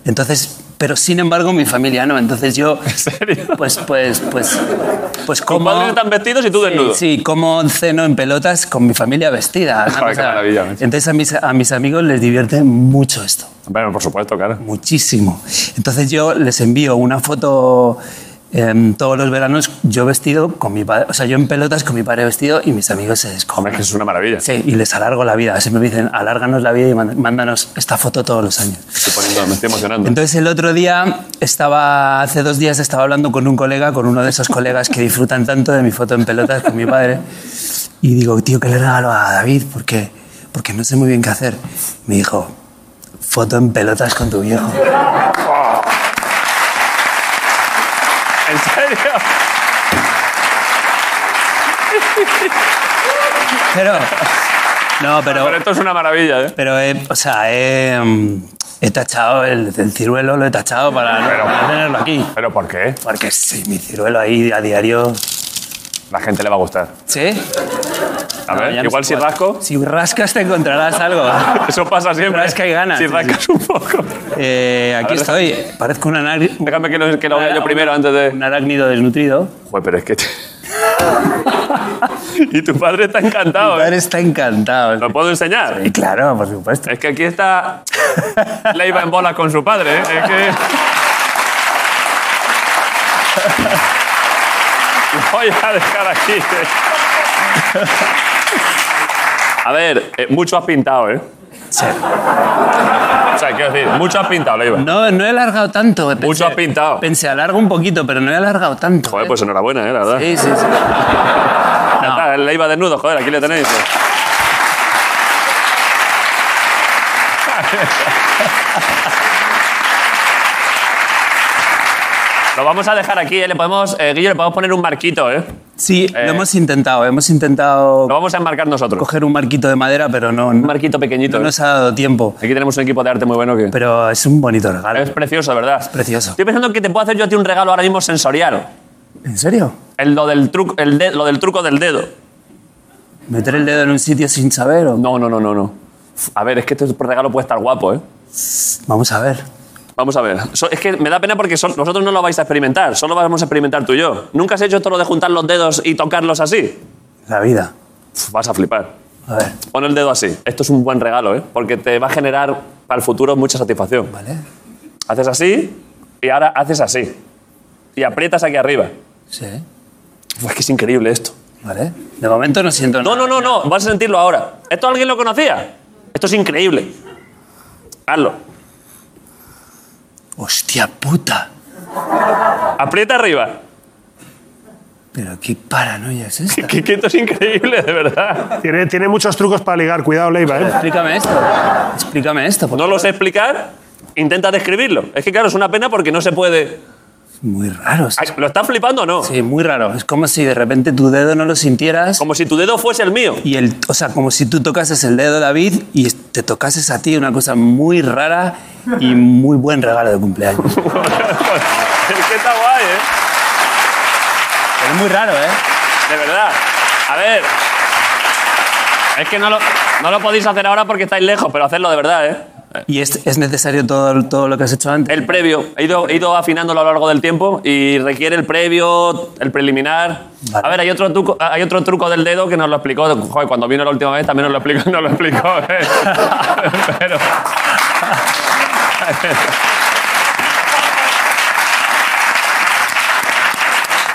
Speaker 7: Entonces, pero sin embargo, mi familia no. Entonces yo,
Speaker 1: serio?
Speaker 7: pues, pues, pues, pues
Speaker 1: Tus
Speaker 7: como...
Speaker 1: padres están vestidos y tú desnudo.
Speaker 7: Sí, como ceno en pelotas con mi familia vestida.
Speaker 1: Joder, qué maravilla, macho.
Speaker 7: Entonces a mis, a mis amigos les divierte mucho esto
Speaker 1: Bueno, por supuesto, claro.
Speaker 7: muchísimo. Entonces yo les envío una foto em, todos los veranos, yo vestido con mi padre, o sea, yo en pelotas con mi padre vestido y mis amigos se
Speaker 1: Hombre,
Speaker 7: descomen.
Speaker 1: es que es una maravilla.
Speaker 7: Sí, y les alargo la vida. Siempre me dicen, alárganos la vida y mán- mándanos esta foto todos los años.
Speaker 1: Estoy poniendo- me estoy emocionando.
Speaker 7: Entonces el otro día estaba, hace dos días estaba hablando con un colega, con uno de esos colegas que disfrutan tanto de mi foto en pelotas con mi padre, y digo, tío, ¿qué le regalo a David? Porque, porque no sé muy bien qué hacer. Me dijo, foto en pelotas con tu viejo.
Speaker 1: ¿En serio?
Speaker 7: Pero. No, pero.
Speaker 1: Pero esto es una maravilla, ¿eh?
Speaker 7: Pero, he- o sea, he, mm, he tachado el, el ciruelo, lo he tachado para no, para tenerlo aquí.
Speaker 1: ¿Pero por qué?
Speaker 7: Porque sí, mi ciruelo ahí a diario.
Speaker 1: La gente le va a gustar.
Speaker 7: ¿Sí?
Speaker 1: A
Speaker 7: No,
Speaker 1: ver,
Speaker 7: ya no
Speaker 1: igual
Speaker 7: se
Speaker 1: si
Speaker 7: puede.
Speaker 1: rasco,
Speaker 7: Si rascas, te encontrarás algo.
Speaker 1: eso pasa siempre.
Speaker 7: Pero es que hay ganas,
Speaker 1: Si
Speaker 7: sí,
Speaker 1: rascas un poco.
Speaker 7: Eh, aquí estoy. Parezco un arácnido.
Speaker 1: Déjame que lo, que lo vea yo primero antes de...
Speaker 7: Un arácnido desnutrido.
Speaker 1: Joder, pero es que... y tu padre está encantado,
Speaker 7: Mi
Speaker 1: ¿eh?
Speaker 7: padre está encantado.
Speaker 1: ¿Lo puedo enseñar?
Speaker 7: Y claro, por supuesto.
Speaker 1: Es que aquí está Leiva en bolas con su padre. ¿eh? Es que. Lo voy a dejar aquí. ¿eh? A ver, eh, mucho has pintado, ¿eh?
Speaker 7: Sí.
Speaker 1: O sea, quiero decir, mucho has pintado, Leiva.
Speaker 7: No, no he alargado tanto. eh, Pensé-
Speaker 1: has pintado.
Speaker 7: Pensé, alargo un poquito, pero no he alargado tanto.
Speaker 1: Joder,
Speaker 7: ¿eh?
Speaker 1: pues enhorabuena, ¿eh? La verdad.
Speaker 7: Sí, sí, sí.
Speaker 1: Ya está, Leiva desnudo, joder, aquí le tenéis. ¿eh? Lo vamos a dejar aquí, ¿eh? le podemos, eh, Guillo, le podemos poner un marquito, ¿eh?
Speaker 7: Sí,
Speaker 1: Eh,
Speaker 7: lo hemos intentado, hemos intentado
Speaker 1: Lo vamos a enmarcar nosotros.
Speaker 7: coger un marquito de madera, pero no,
Speaker 1: Un
Speaker 7: no,
Speaker 1: marquito pequeñito.
Speaker 7: no
Speaker 1: ¿eh?
Speaker 7: nos ha dado tiempo.
Speaker 1: Aquí tenemos un equipo de arte muy bueno que.
Speaker 7: Pero es un bonito regalo.
Speaker 1: Es precioso, ¿verdad? Es
Speaker 7: precioso.
Speaker 1: Estoy pensando que te puedo hacer yo a ti un regalo ahora mismo sensorial.
Speaker 7: ¿En serio?
Speaker 1: El, lo, del truco, el de- lo del truco del dedo.
Speaker 7: ¿Meter el dedo en un sitio sin saber? o-
Speaker 1: No, no, no, no, no. A ver, es que este regalo puede estar guapo, ¿eh?
Speaker 7: Vamos a ver.
Speaker 1: Vamos a ver. So- es que me da pena porque sol- vosotros no lo vais a experimentar. Solo vamos a experimentar tú y yo. ¿Nunca has hecho esto lo de juntar los dedos y tocarlos así?
Speaker 7: La vida.
Speaker 1: Uf, vas a flipar.
Speaker 7: A ver.
Speaker 1: Pon el dedo así. Esto es un buen regalo, ¿eh? Porque te va a generar para el futuro mucha satisfacción.
Speaker 7: ¿Vale?
Speaker 1: Haces así y ahora haces así. Y aprietas aquí arriba.
Speaker 7: Sí.
Speaker 1: Uf, es que es increíble esto.
Speaker 7: ¿Vale? De momento no siento
Speaker 1: No,
Speaker 7: nada.
Speaker 1: no, no, no, vas a sentirlo ahora. ¿Esto alguien lo conocía? Esto es increíble. Hazlo.
Speaker 7: Hostia puta.
Speaker 1: Aprieta arriba.
Speaker 7: Pero qué paranoia es esta.
Speaker 1: Que, que esto es increíble, de verdad.
Speaker 3: Tiene, tiene muchos trucos para ligar. Cuidado, Leiva, ¿eh?
Speaker 7: Explícame esto. Explícame esto. por
Speaker 1: No lo
Speaker 7: favor.
Speaker 1: sé explicar, intenta describirlo. Es que, claro, es una pena porque no se puede.
Speaker 7: Muy raro.
Speaker 1: Ay, ¿Lo estás flipando o no?
Speaker 7: Sí, muy raro. Es como si de repente tu dedo no lo sintieras.
Speaker 1: Como si tu dedo fuese el mío.
Speaker 7: Y el, o sea, como si tú tocases el dedo, David, y te tocases a ti, una cosa muy rara y muy buen regalo de cumpleaños.
Speaker 1: es que está guay, ¿eh?
Speaker 7: Pero es muy raro, ¿eh?
Speaker 1: De verdad. A ver. Es que no lo, no lo podéis hacer ahora porque estáis lejos, pero hacerlo de verdad, ¿eh?
Speaker 7: Y es, es necesario todo, todo lo que has hecho antes.
Speaker 1: El previo. He ido, he ido afinándolo a lo largo del tiempo y requiere el previo, el preliminar.
Speaker 7: Vale.
Speaker 1: A ver, hay otro, truco, hay otro truco del dedo que nos lo explicó. Joder, cuando vino la última vez también nos lo explicó. Nos lo explicó ¿eh? Pero...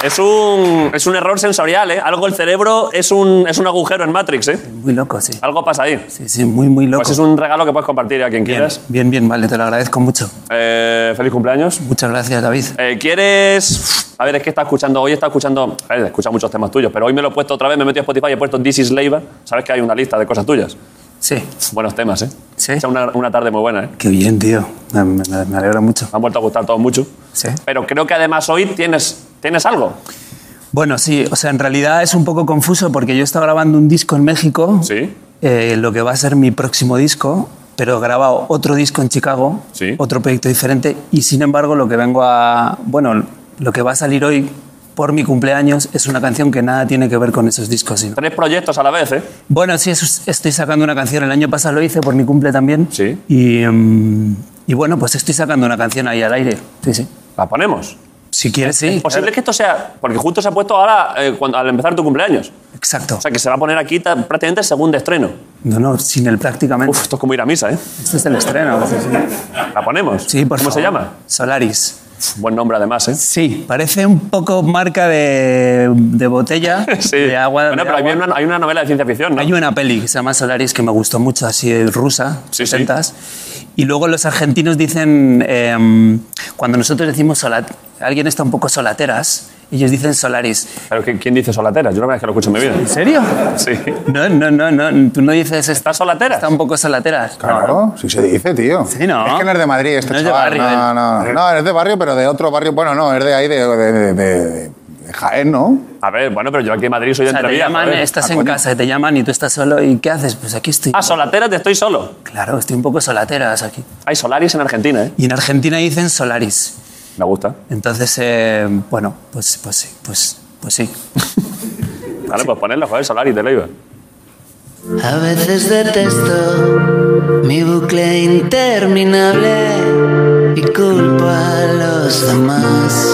Speaker 1: Es un, es un error sensorial, ¿eh? Algo el cerebro es un, es un agujero en Matrix, ¿eh?
Speaker 7: Muy loco, sí.
Speaker 1: Algo pasa ahí.
Speaker 7: Sí, sí, muy, muy loco.
Speaker 1: Pues es un regalo que puedes compartir a quien
Speaker 7: bien,
Speaker 1: quieras.
Speaker 7: bien, bien, vale, te lo agradezco mucho.
Speaker 1: Eh, feliz cumpleaños.
Speaker 7: Muchas gracias, David.
Speaker 1: Eh, ¿Quieres.? A ver, es que está escuchando. Hoy está escuchando. A ver, escucha muchos temas tuyos, pero hoy me lo he puesto otra vez. Me he metido a Spotify y he puesto This is Leiva. Sabes que hay una lista de cosas tuyas.
Speaker 7: Sí.
Speaker 1: Buenos temas, ¿eh?
Speaker 7: Sí.
Speaker 1: Es una, una tarde muy buena, ¿eh?
Speaker 7: Qué bien, tío. Me, me- me alegro mucho.
Speaker 1: Me han vuelto a gustar todos mucho.
Speaker 7: Sí.
Speaker 1: Pero creo que además hoy tienes, tienes algo.
Speaker 7: Bueno, sí, o sea, en realidad es un poco confuso porque yo estaba grabando un disco en México.
Speaker 1: Sí.
Speaker 7: eh, lo que va a ser mi próximo disco, pero he grabado otro disco en Chicago,
Speaker 1: Sí.
Speaker 7: otro proyecto diferente, y sin embargo lo que vengo a... Bueno, lo que va a salir hoy por mi cumpleaños es una canción que nada tiene que ver con esos discos. sino-
Speaker 1: Tres proyectos a la vez, ¿eh?
Speaker 7: Bueno, sí, eso es- estoy sacando una canción, el año pasado lo hice por mi cumple también,
Speaker 1: Sí.
Speaker 7: y, mm, y bueno, pues estoy sacando una canción ahí al aire, sí, sí.
Speaker 1: La ponemos.
Speaker 7: Si quieres, sí.
Speaker 1: Es posible que esto sea. Porque justo se ha puesto ahora eh, cuando, al empezar tu cumpleaños.
Speaker 7: Exacto.
Speaker 1: O sea, que se va a poner aquí ta- prácticamente según de estreno.
Speaker 7: No, no, sin el prácticamente.
Speaker 1: Uf, esto es como ir a misa, ¿eh?
Speaker 7: Este es el estreno. Sí, sí.
Speaker 1: La ponemos.
Speaker 7: Sí, por
Speaker 1: ¿Cómo se
Speaker 7: favor.
Speaker 1: llama?
Speaker 7: Solaris.
Speaker 1: Buen nombre, además, ¿eh?
Speaker 7: Sí, parece un poco marca de, de botella,
Speaker 1: Sí.
Speaker 7: de agua.
Speaker 1: Bueno,
Speaker 7: de
Speaker 1: pero
Speaker 7: agua.
Speaker 1: Hay, una, hay una novela de ciencia ficción, ¿no?
Speaker 7: Hay una peli que se llama Solaris que me gustó mucho, así eh, rusa,
Speaker 1: Sí, sí.
Speaker 7: 60 Y luego los argentinos dicen, em, cuando nosotros decimos sola- alguien está un poco solateras, ellos dicen Solaris.
Speaker 1: Pero ¿qui- ¿quién dice solatera? Yo la verdad es que lo escucho en mi vida.
Speaker 7: ¿En serio?
Speaker 1: Sí.
Speaker 7: No, no, no, no, tú no dices está,
Speaker 1: ¿Estás solatera?
Speaker 7: está un poco solateras.
Speaker 6: Claro, sí se dice, tío.
Speaker 7: Sí, ¿no?
Speaker 6: Es que no es de Madrid este
Speaker 7: No es de
Speaker 6: chaval.
Speaker 7: barrio,
Speaker 6: no,
Speaker 7: él.
Speaker 6: no, no, es de barrio, pero de otro barrio. Bueno, no, es de ahí, de, de, de- de- de Jaén, ¿no?
Speaker 1: A ver, bueno, pero yo aquí en Madrid soy
Speaker 7: O
Speaker 1: de
Speaker 7: sea, te
Speaker 1: entrevía.
Speaker 7: llaman,
Speaker 1: joder.
Speaker 7: estás
Speaker 6: Ah,
Speaker 7: en
Speaker 6: coño.
Speaker 7: casa, te llaman y tú estás solo y ¿qué haces? Pues aquí estoy.
Speaker 1: Ah, solatera, te estoy solo.
Speaker 7: Claro, estoy un poco solateras aquí.
Speaker 1: Hay Solaris en Argentina, ¿eh?
Speaker 7: Y en Argentina dicen Solaris.
Speaker 1: Me gusta.
Speaker 7: Entonces, eh, bueno, pues, pues sí, pues, pues sí.
Speaker 1: Vale, pues ponerlo, joder, Solaris de Leiva.
Speaker 11: A veces detesto mi bucle interminable y culpo a los demás.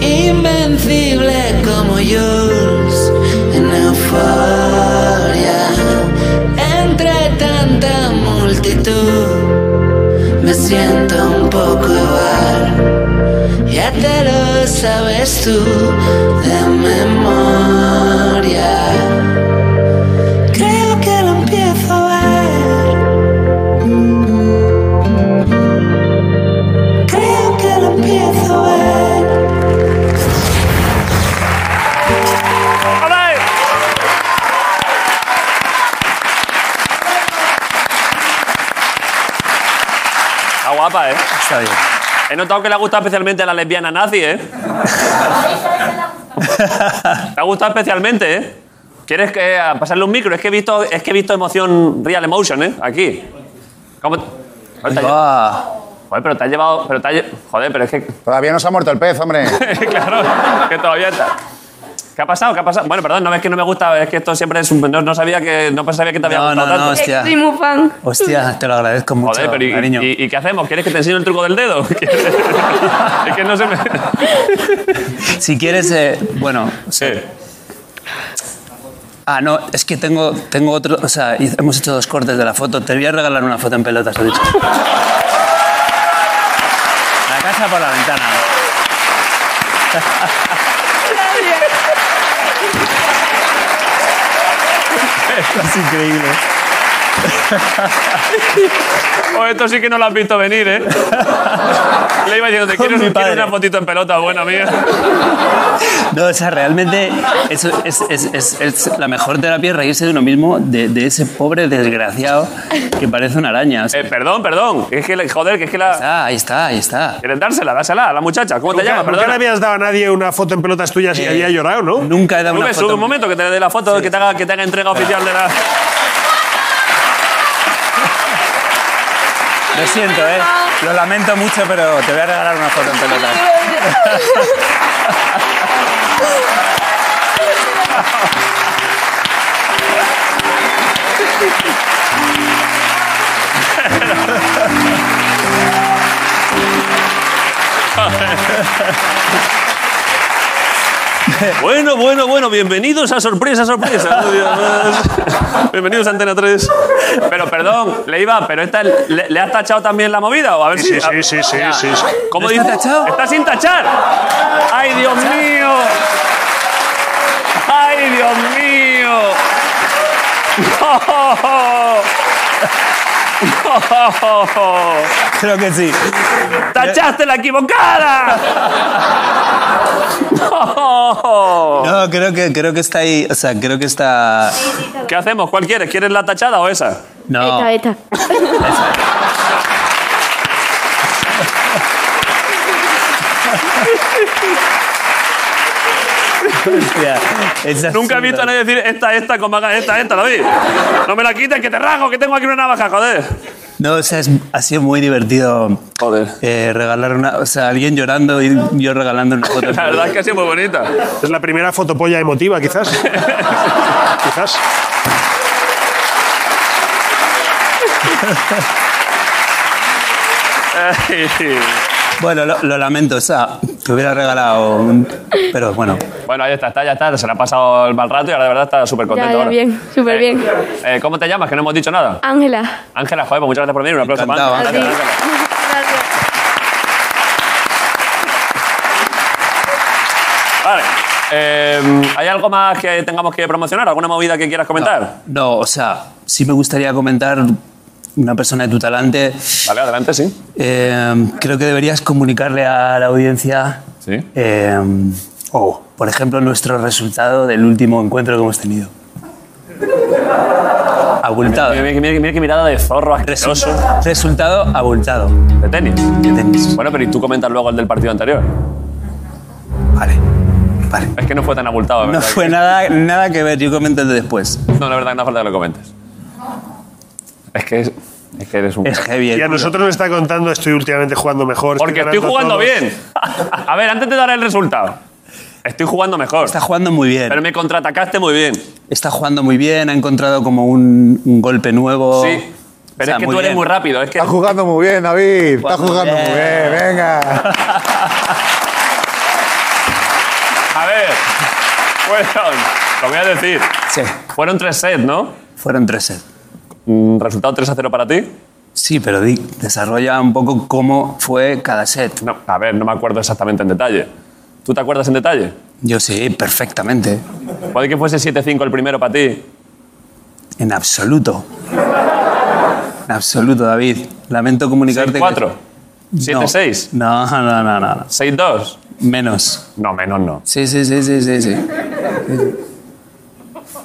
Speaker 11: Invencible como Jules en euforia, entre tanta multitud, me siento un poco igual. Ya te lo sabes tú de memoria. Creo que lo empiezo a ver. Creo que lo empiezo a ver.
Speaker 1: ¡Ole! Está guapa, ¿eh?
Speaker 7: Está bien.
Speaker 1: He notado que le ha gustado especialmente a la lesbiana nazi, ¿eh? Te ha gustado especialmente, ¿eh? ¿Quieres que, a pasarle un micro? Es que he visto, es que he visto emoción, real emotion, ¿eh? Aquí. ¿Cómo te- Joder, te ha lle-
Speaker 7: Ah,
Speaker 1: Joder, pero te has llevado... Pero te ha lle- Joder, pero es que...
Speaker 6: Todavía no se ha muerto el pez, hombre.
Speaker 1: claro, que todavía está... ¿Qué ha pasado? ¿Qué ha pasado? Bueno, perdón, no es que no me gusta, es que esto siempre es un... No, no sabía que... No sabía que te había
Speaker 7: no,
Speaker 1: gustado
Speaker 7: no, no,
Speaker 1: tanto.
Speaker 7: hostia.
Speaker 5: Soy muy fan.
Speaker 7: Hostia, te lo agradezco mucho,
Speaker 1: Joder, pero y,
Speaker 7: cariño.
Speaker 1: y- y qué hacemos? ¿Quieres que te enseñe el truco del dedo? es que no se me...
Speaker 7: Si quieres, eh, bueno, o sea,
Speaker 1: Sí.
Speaker 7: ah, no, es que tengo, tengo otro, o sea, hice- hemos hecho dos cortes de la foto. Te voy a regalar una foto en pelotas, lo he dicho. La casa por la ventana. Es increíble.
Speaker 1: O Oh, esto sí que no lo has visto venir, ¿eh? Le iba diciendo, ¿te
Speaker 7: Con
Speaker 1: quieres, quieres
Speaker 7: mi padre.
Speaker 1: una fotito en pelota? Buena mía.
Speaker 7: No, o sea, realmente es, es- es- es- es la mejor terapia reírse de uno mismo, de, de ese pobre desgraciado que parece una araña. o sea.
Speaker 1: Eh, perdón, perdón. Es que, la- joder, que es que la...
Speaker 7: Ah, ahí está, ahí está.
Speaker 1: ¿Quieres dársela? Dásela a la muchacha. ¿Cómo te
Speaker 3: Nunca,
Speaker 1: llamas?
Speaker 3: nunca le
Speaker 1: Perdona.
Speaker 3: habías dado a nadie una foto en pelotas tuyas y
Speaker 7: Eh,
Speaker 3: había llorado, ¿no?
Speaker 7: Nunca he dado una
Speaker 1: Sube, sube
Speaker 7: foto.
Speaker 1: un momento, que te dé la foto, que, te haga, que te haga entrega oficial de la...
Speaker 7: Lo siento, ¿eh? Lo lamento mucho, pero te voy a regalar una foto en pelotas.
Speaker 1: Bueno, bueno, bueno, bienvenidos a Sorpresa, Sorpresa. Muy bien, más. bienvenidos a Antena 3. Pero perdón, le iba, pero esta, ¿le, le has tachado también la movida? O a ver si,
Speaker 3: Sí, sí, sí, sí, sí, sí.
Speaker 1: ¿Cómo
Speaker 7: ¿No está
Speaker 1: dice?
Speaker 7: tachado?
Speaker 1: ¡Está sin tachar! ¡Ay, Dios mío! ¡Ay, Dios mío! ¡No! ¡No!
Speaker 7: Creo que sí.
Speaker 1: ¡Tachaste la equivocada! ¡No!
Speaker 7: No, creo que, creo que está ahí. O sea, creo que está.
Speaker 1: ¿Qué hacemos? ¿Cuál quieres? ¿Quieres la tachada o esa?
Speaker 7: No.
Speaker 5: Esta, esta.
Speaker 7: Hostia, es
Speaker 1: Nunca
Speaker 7: absurdo.
Speaker 1: he visto a nadie decir esta, esta, como haga esta, esta, David. No me la quites, que te rasgo, que tengo aquí una navaja, joder.
Speaker 7: No, o sea, es- ha sido muy divertido
Speaker 1: Joder.
Speaker 7: eh, regalar una. O sea, alguien llorando y yo regalando una foto.
Speaker 1: La verdad es que ha sido muy bonita.
Speaker 3: Es la primera fotopolla emotiva, quizás. quizás.
Speaker 7: Bueno, lo, lo lamento, o sea, te hubiera regalado un- Pero bueno,
Speaker 1: Bueno, ahí está, está, ya está. Se le ha pasado el mal rato y ahora de verdad está súper contento.
Speaker 5: Ya, ya,
Speaker 1: ahora.
Speaker 5: bien, súper
Speaker 1: Eh,
Speaker 5: bien.
Speaker 1: eh, ¿Cómo te llamas? Que no hemos dicho nada.
Speaker 5: Ángela.
Speaker 1: Ángela, joder, pues muchas gracias por venir. Un aplauso para
Speaker 7: Encantado,
Speaker 1: Ángela.
Speaker 5: Así.
Speaker 1: Gracias, Ángela.
Speaker 5: Gracias.
Speaker 1: Vale. Eh, ¿Hay algo más que tengamos que promocionar? ¿Alguna movida que quieras comentar?
Speaker 7: no, o sea, sí me gustaría comentar una persona de tu talante.
Speaker 1: Vale, adelante, sí.
Speaker 7: eh, creo que deberías comunicarle a la audiencia.
Speaker 1: Sí.
Speaker 7: eh, o, por ejemplo, nuestro resultado del último encuentro que hemos tenido. Abultado.
Speaker 1: Mira, mira, mira, mira qué mirada de zorro asqueroso
Speaker 7: Resu- resultado abultado
Speaker 1: de tenis.
Speaker 7: de tenis.
Speaker 1: Bueno, pero ¿y tú comentas luego el del partido anterior?
Speaker 7: Vale, vale.
Speaker 1: Es que no fue tan abultado,
Speaker 7: No
Speaker 1: ¿verdad?
Speaker 7: fue nada, nada que ver, yo comento el de después.
Speaker 1: No, la verdad que no hace falta que lo comentes. Es que, es, es que eres un...
Speaker 7: Es heavy. el
Speaker 3: Y a
Speaker 7: culo.
Speaker 3: nosotros nos está contando, estoy últimamente jugando mejor.
Speaker 1: Porque estoy
Speaker 3: ganando
Speaker 1: jugando
Speaker 3: todo.
Speaker 1: bien. A ver, antes de dar el resultado. Estoy jugando mejor.
Speaker 7: Está jugando muy bien.
Speaker 1: Pero me contraatacaste muy bien.
Speaker 7: Está jugando muy bien, ha encontrado como un, un golpe nuevo.
Speaker 1: Sí.
Speaker 7: Oh. O
Speaker 1: Pero
Speaker 7: sea,
Speaker 1: es que tú eres
Speaker 7: bien.
Speaker 1: muy rápido. Es que...
Speaker 6: Está jugando muy bien, David. Está
Speaker 7: Jugando
Speaker 6: jugando
Speaker 7: bien.
Speaker 6: muy bien, venga.
Speaker 1: A ver. Fueron... Lo voy a decir.
Speaker 7: Sí,
Speaker 1: Fueron tres sets, ¿no?
Speaker 7: fueron tres sets.
Speaker 1: Mm, Resultado 3 a 0 para ti.
Speaker 7: Sí, pero di- desarrolla un poco cómo fue cada set.
Speaker 1: No, a ver, no me acuerdo exactamente en detalle. ¿Tú te acuerdas en detalle?
Speaker 7: Yo sí, perfectamente.
Speaker 1: Puede que fuese 7-5 el primero para ti.
Speaker 7: En absoluto. En absoluto, David. Lamento comunicarte que-
Speaker 1: 6-4.
Speaker 7: No.
Speaker 1: 7-6.
Speaker 7: No, no, no, no, no.
Speaker 1: 6-2.
Speaker 7: Menos.
Speaker 1: No, menos no.
Speaker 7: Sí, sí, sí, sí, sí. sí.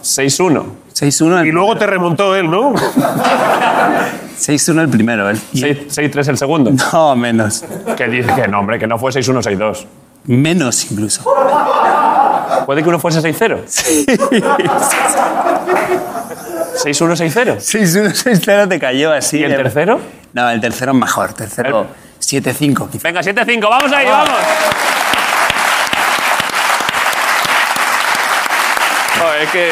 Speaker 1: 6-1.
Speaker 7: 6-1
Speaker 3: Y
Speaker 7: el,
Speaker 3: luego te remontó él, ¿no?
Speaker 7: 6-1 el primero. El, y-
Speaker 1: 6-3 el segundo.
Speaker 7: No, menos.
Speaker 1: Que dice que no, hombre, que no fue 6-1, 6-2.
Speaker 7: Menos incluso.
Speaker 1: Puede que uno fuese 6-0. 6-1, 6-0.
Speaker 7: 6-1-6-0 te cayó así.
Speaker 1: ¿Y el
Speaker 7: de-
Speaker 1: tercero?
Speaker 7: No, el tercero mejor. Tercero
Speaker 1: El-
Speaker 7: 7-5 quizá.
Speaker 1: Venga, 7-5, vamos ahí, vamos. Joder, es que.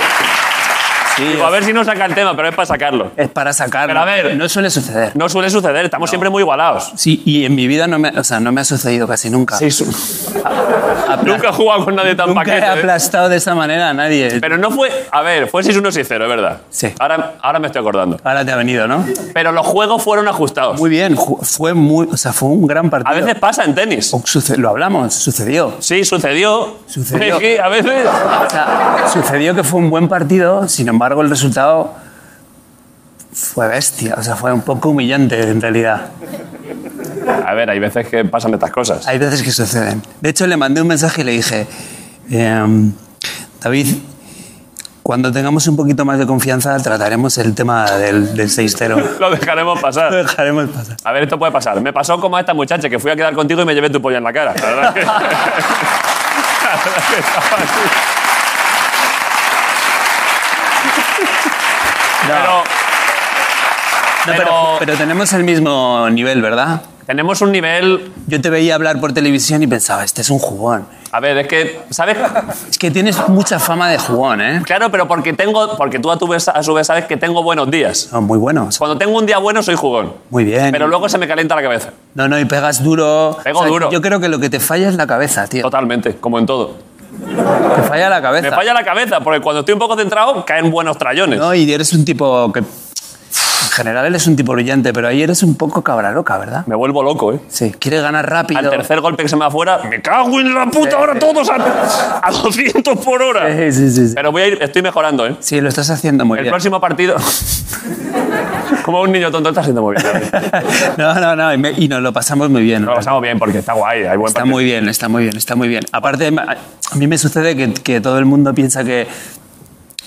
Speaker 1: Digo, a ver si no saca el tema, pero es para sacarlo.
Speaker 7: Es para sacarlo.
Speaker 1: Pero a ver.
Speaker 7: No suele suceder.
Speaker 1: No suele suceder, estamos siempre muy igualados.
Speaker 7: Sí, y en mi vida no me, o sea, no me ha sucedido casi nunca. Apla-
Speaker 1: Nunca he jugado con nadie tan
Speaker 7: nunca he
Speaker 1: paquete. ¿eh?
Speaker 7: aplastado de esa manera a nadie.
Speaker 1: Pero no fue. A ver, fue 6-1-6-0, es verdad.
Speaker 7: Sí.
Speaker 1: Ahora, ahora me estoy acordando.
Speaker 7: Ahora te ha venido, ¿no?
Speaker 1: Pero los juegos fueron ajustados.
Speaker 7: Muy bien, ju- fue muy, o sea, fue un gran partido.
Speaker 1: a veces pasa en tenis.
Speaker 7: O suce- lo hablamos, sucedió.
Speaker 1: Sí, sucedió.
Speaker 7: Sucedió.
Speaker 1: Es que a veces.
Speaker 7: O sea, sucedió que fue un buen partido, sin embargo el resultado fue bestia, o sea, fue un poco humillante en realidad.
Speaker 1: A ver, hay veces que pasan estas cosas.
Speaker 7: Hay veces que suceden. De hecho, le mandé un mensaje y le dije, ehm, David, cuando tengamos un poquito más de confianza trataremos el tema del, del 6-0.
Speaker 1: Lo dejaremos
Speaker 7: Lo
Speaker 1: pasar.
Speaker 7: dejaremos pasar.
Speaker 1: A ver, esto puede pasar. Me pasó como a esta muchacha que fui a quedar contigo y me llevé tu polla en la cara. La verdad que- la verdad que estaba así.
Speaker 7: No,
Speaker 1: Pero
Speaker 7: no, pero,
Speaker 1: pero-
Speaker 7: pero tenemos el mismo nivel, ¿verdad?
Speaker 1: tenemos un nivel.
Speaker 7: Yo te veía hablar por televisión y pensaba, este es un jugón.
Speaker 1: A ver, es que, ¿sabes?
Speaker 7: Es que tienes mucha fama de jugón, ¿eh?
Speaker 1: Claro, pero porque tengo, porque tú a, tu vez, a su vez sabes que tengo buenos días.
Speaker 7: Son muy buenos.
Speaker 1: Cuando tengo un día bueno soy jugón,
Speaker 7: Muy bien.
Speaker 1: pero luego se me calienta la cabeza.
Speaker 7: No, no, y pegas duro.
Speaker 1: Pego duro.
Speaker 7: Yo creo que lo que te falla es la cabeza, tío.
Speaker 1: Totalmente, como en todo.
Speaker 7: Te falla la cabeza.
Speaker 1: Me falla la cabeza porque cuando estoy un poco centrado caen buenos trayones.
Speaker 7: No, y eres un tipo que. En general eres un tipo brillante, pero ahí eres un poco cabra loca, ¿verdad?
Speaker 1: Me vuelvo loco, ¿eh?
Speaker 7: Sí. Quieres ganar
Speaker 1: Al
Speaker 7: rápido.
Speaker 1: tercer golpe que se me va afuera, me cago en la puta, ahora
Speaker 7: Eh,
Speaker 1: todos a, a 200 por hora.
Speaker 7: Sí, sí, sí, sí.
Speaker 1: Pero voy a ir, estoy mejorando, ¿eh?
Speaker 7: Sí, lo estás haciendo muy
Speaker 1: El
Speaker 7: eh, bien.
Speaker 1: próximo partido. Como un niño tonto está haciendo muy bien. David.
Speaker 7: no, no, no. Y, me- y nos lo pasamos muy bien.
Speaker 1: Lo pasamos bien porque está guay, hay buen
Speaker 7: Está
Speaker 1: partido.
Speaker 7: muy bien, está muy bien, está muy bien. Aparte, a a mí me sucede que, que todo el mundo piensa que.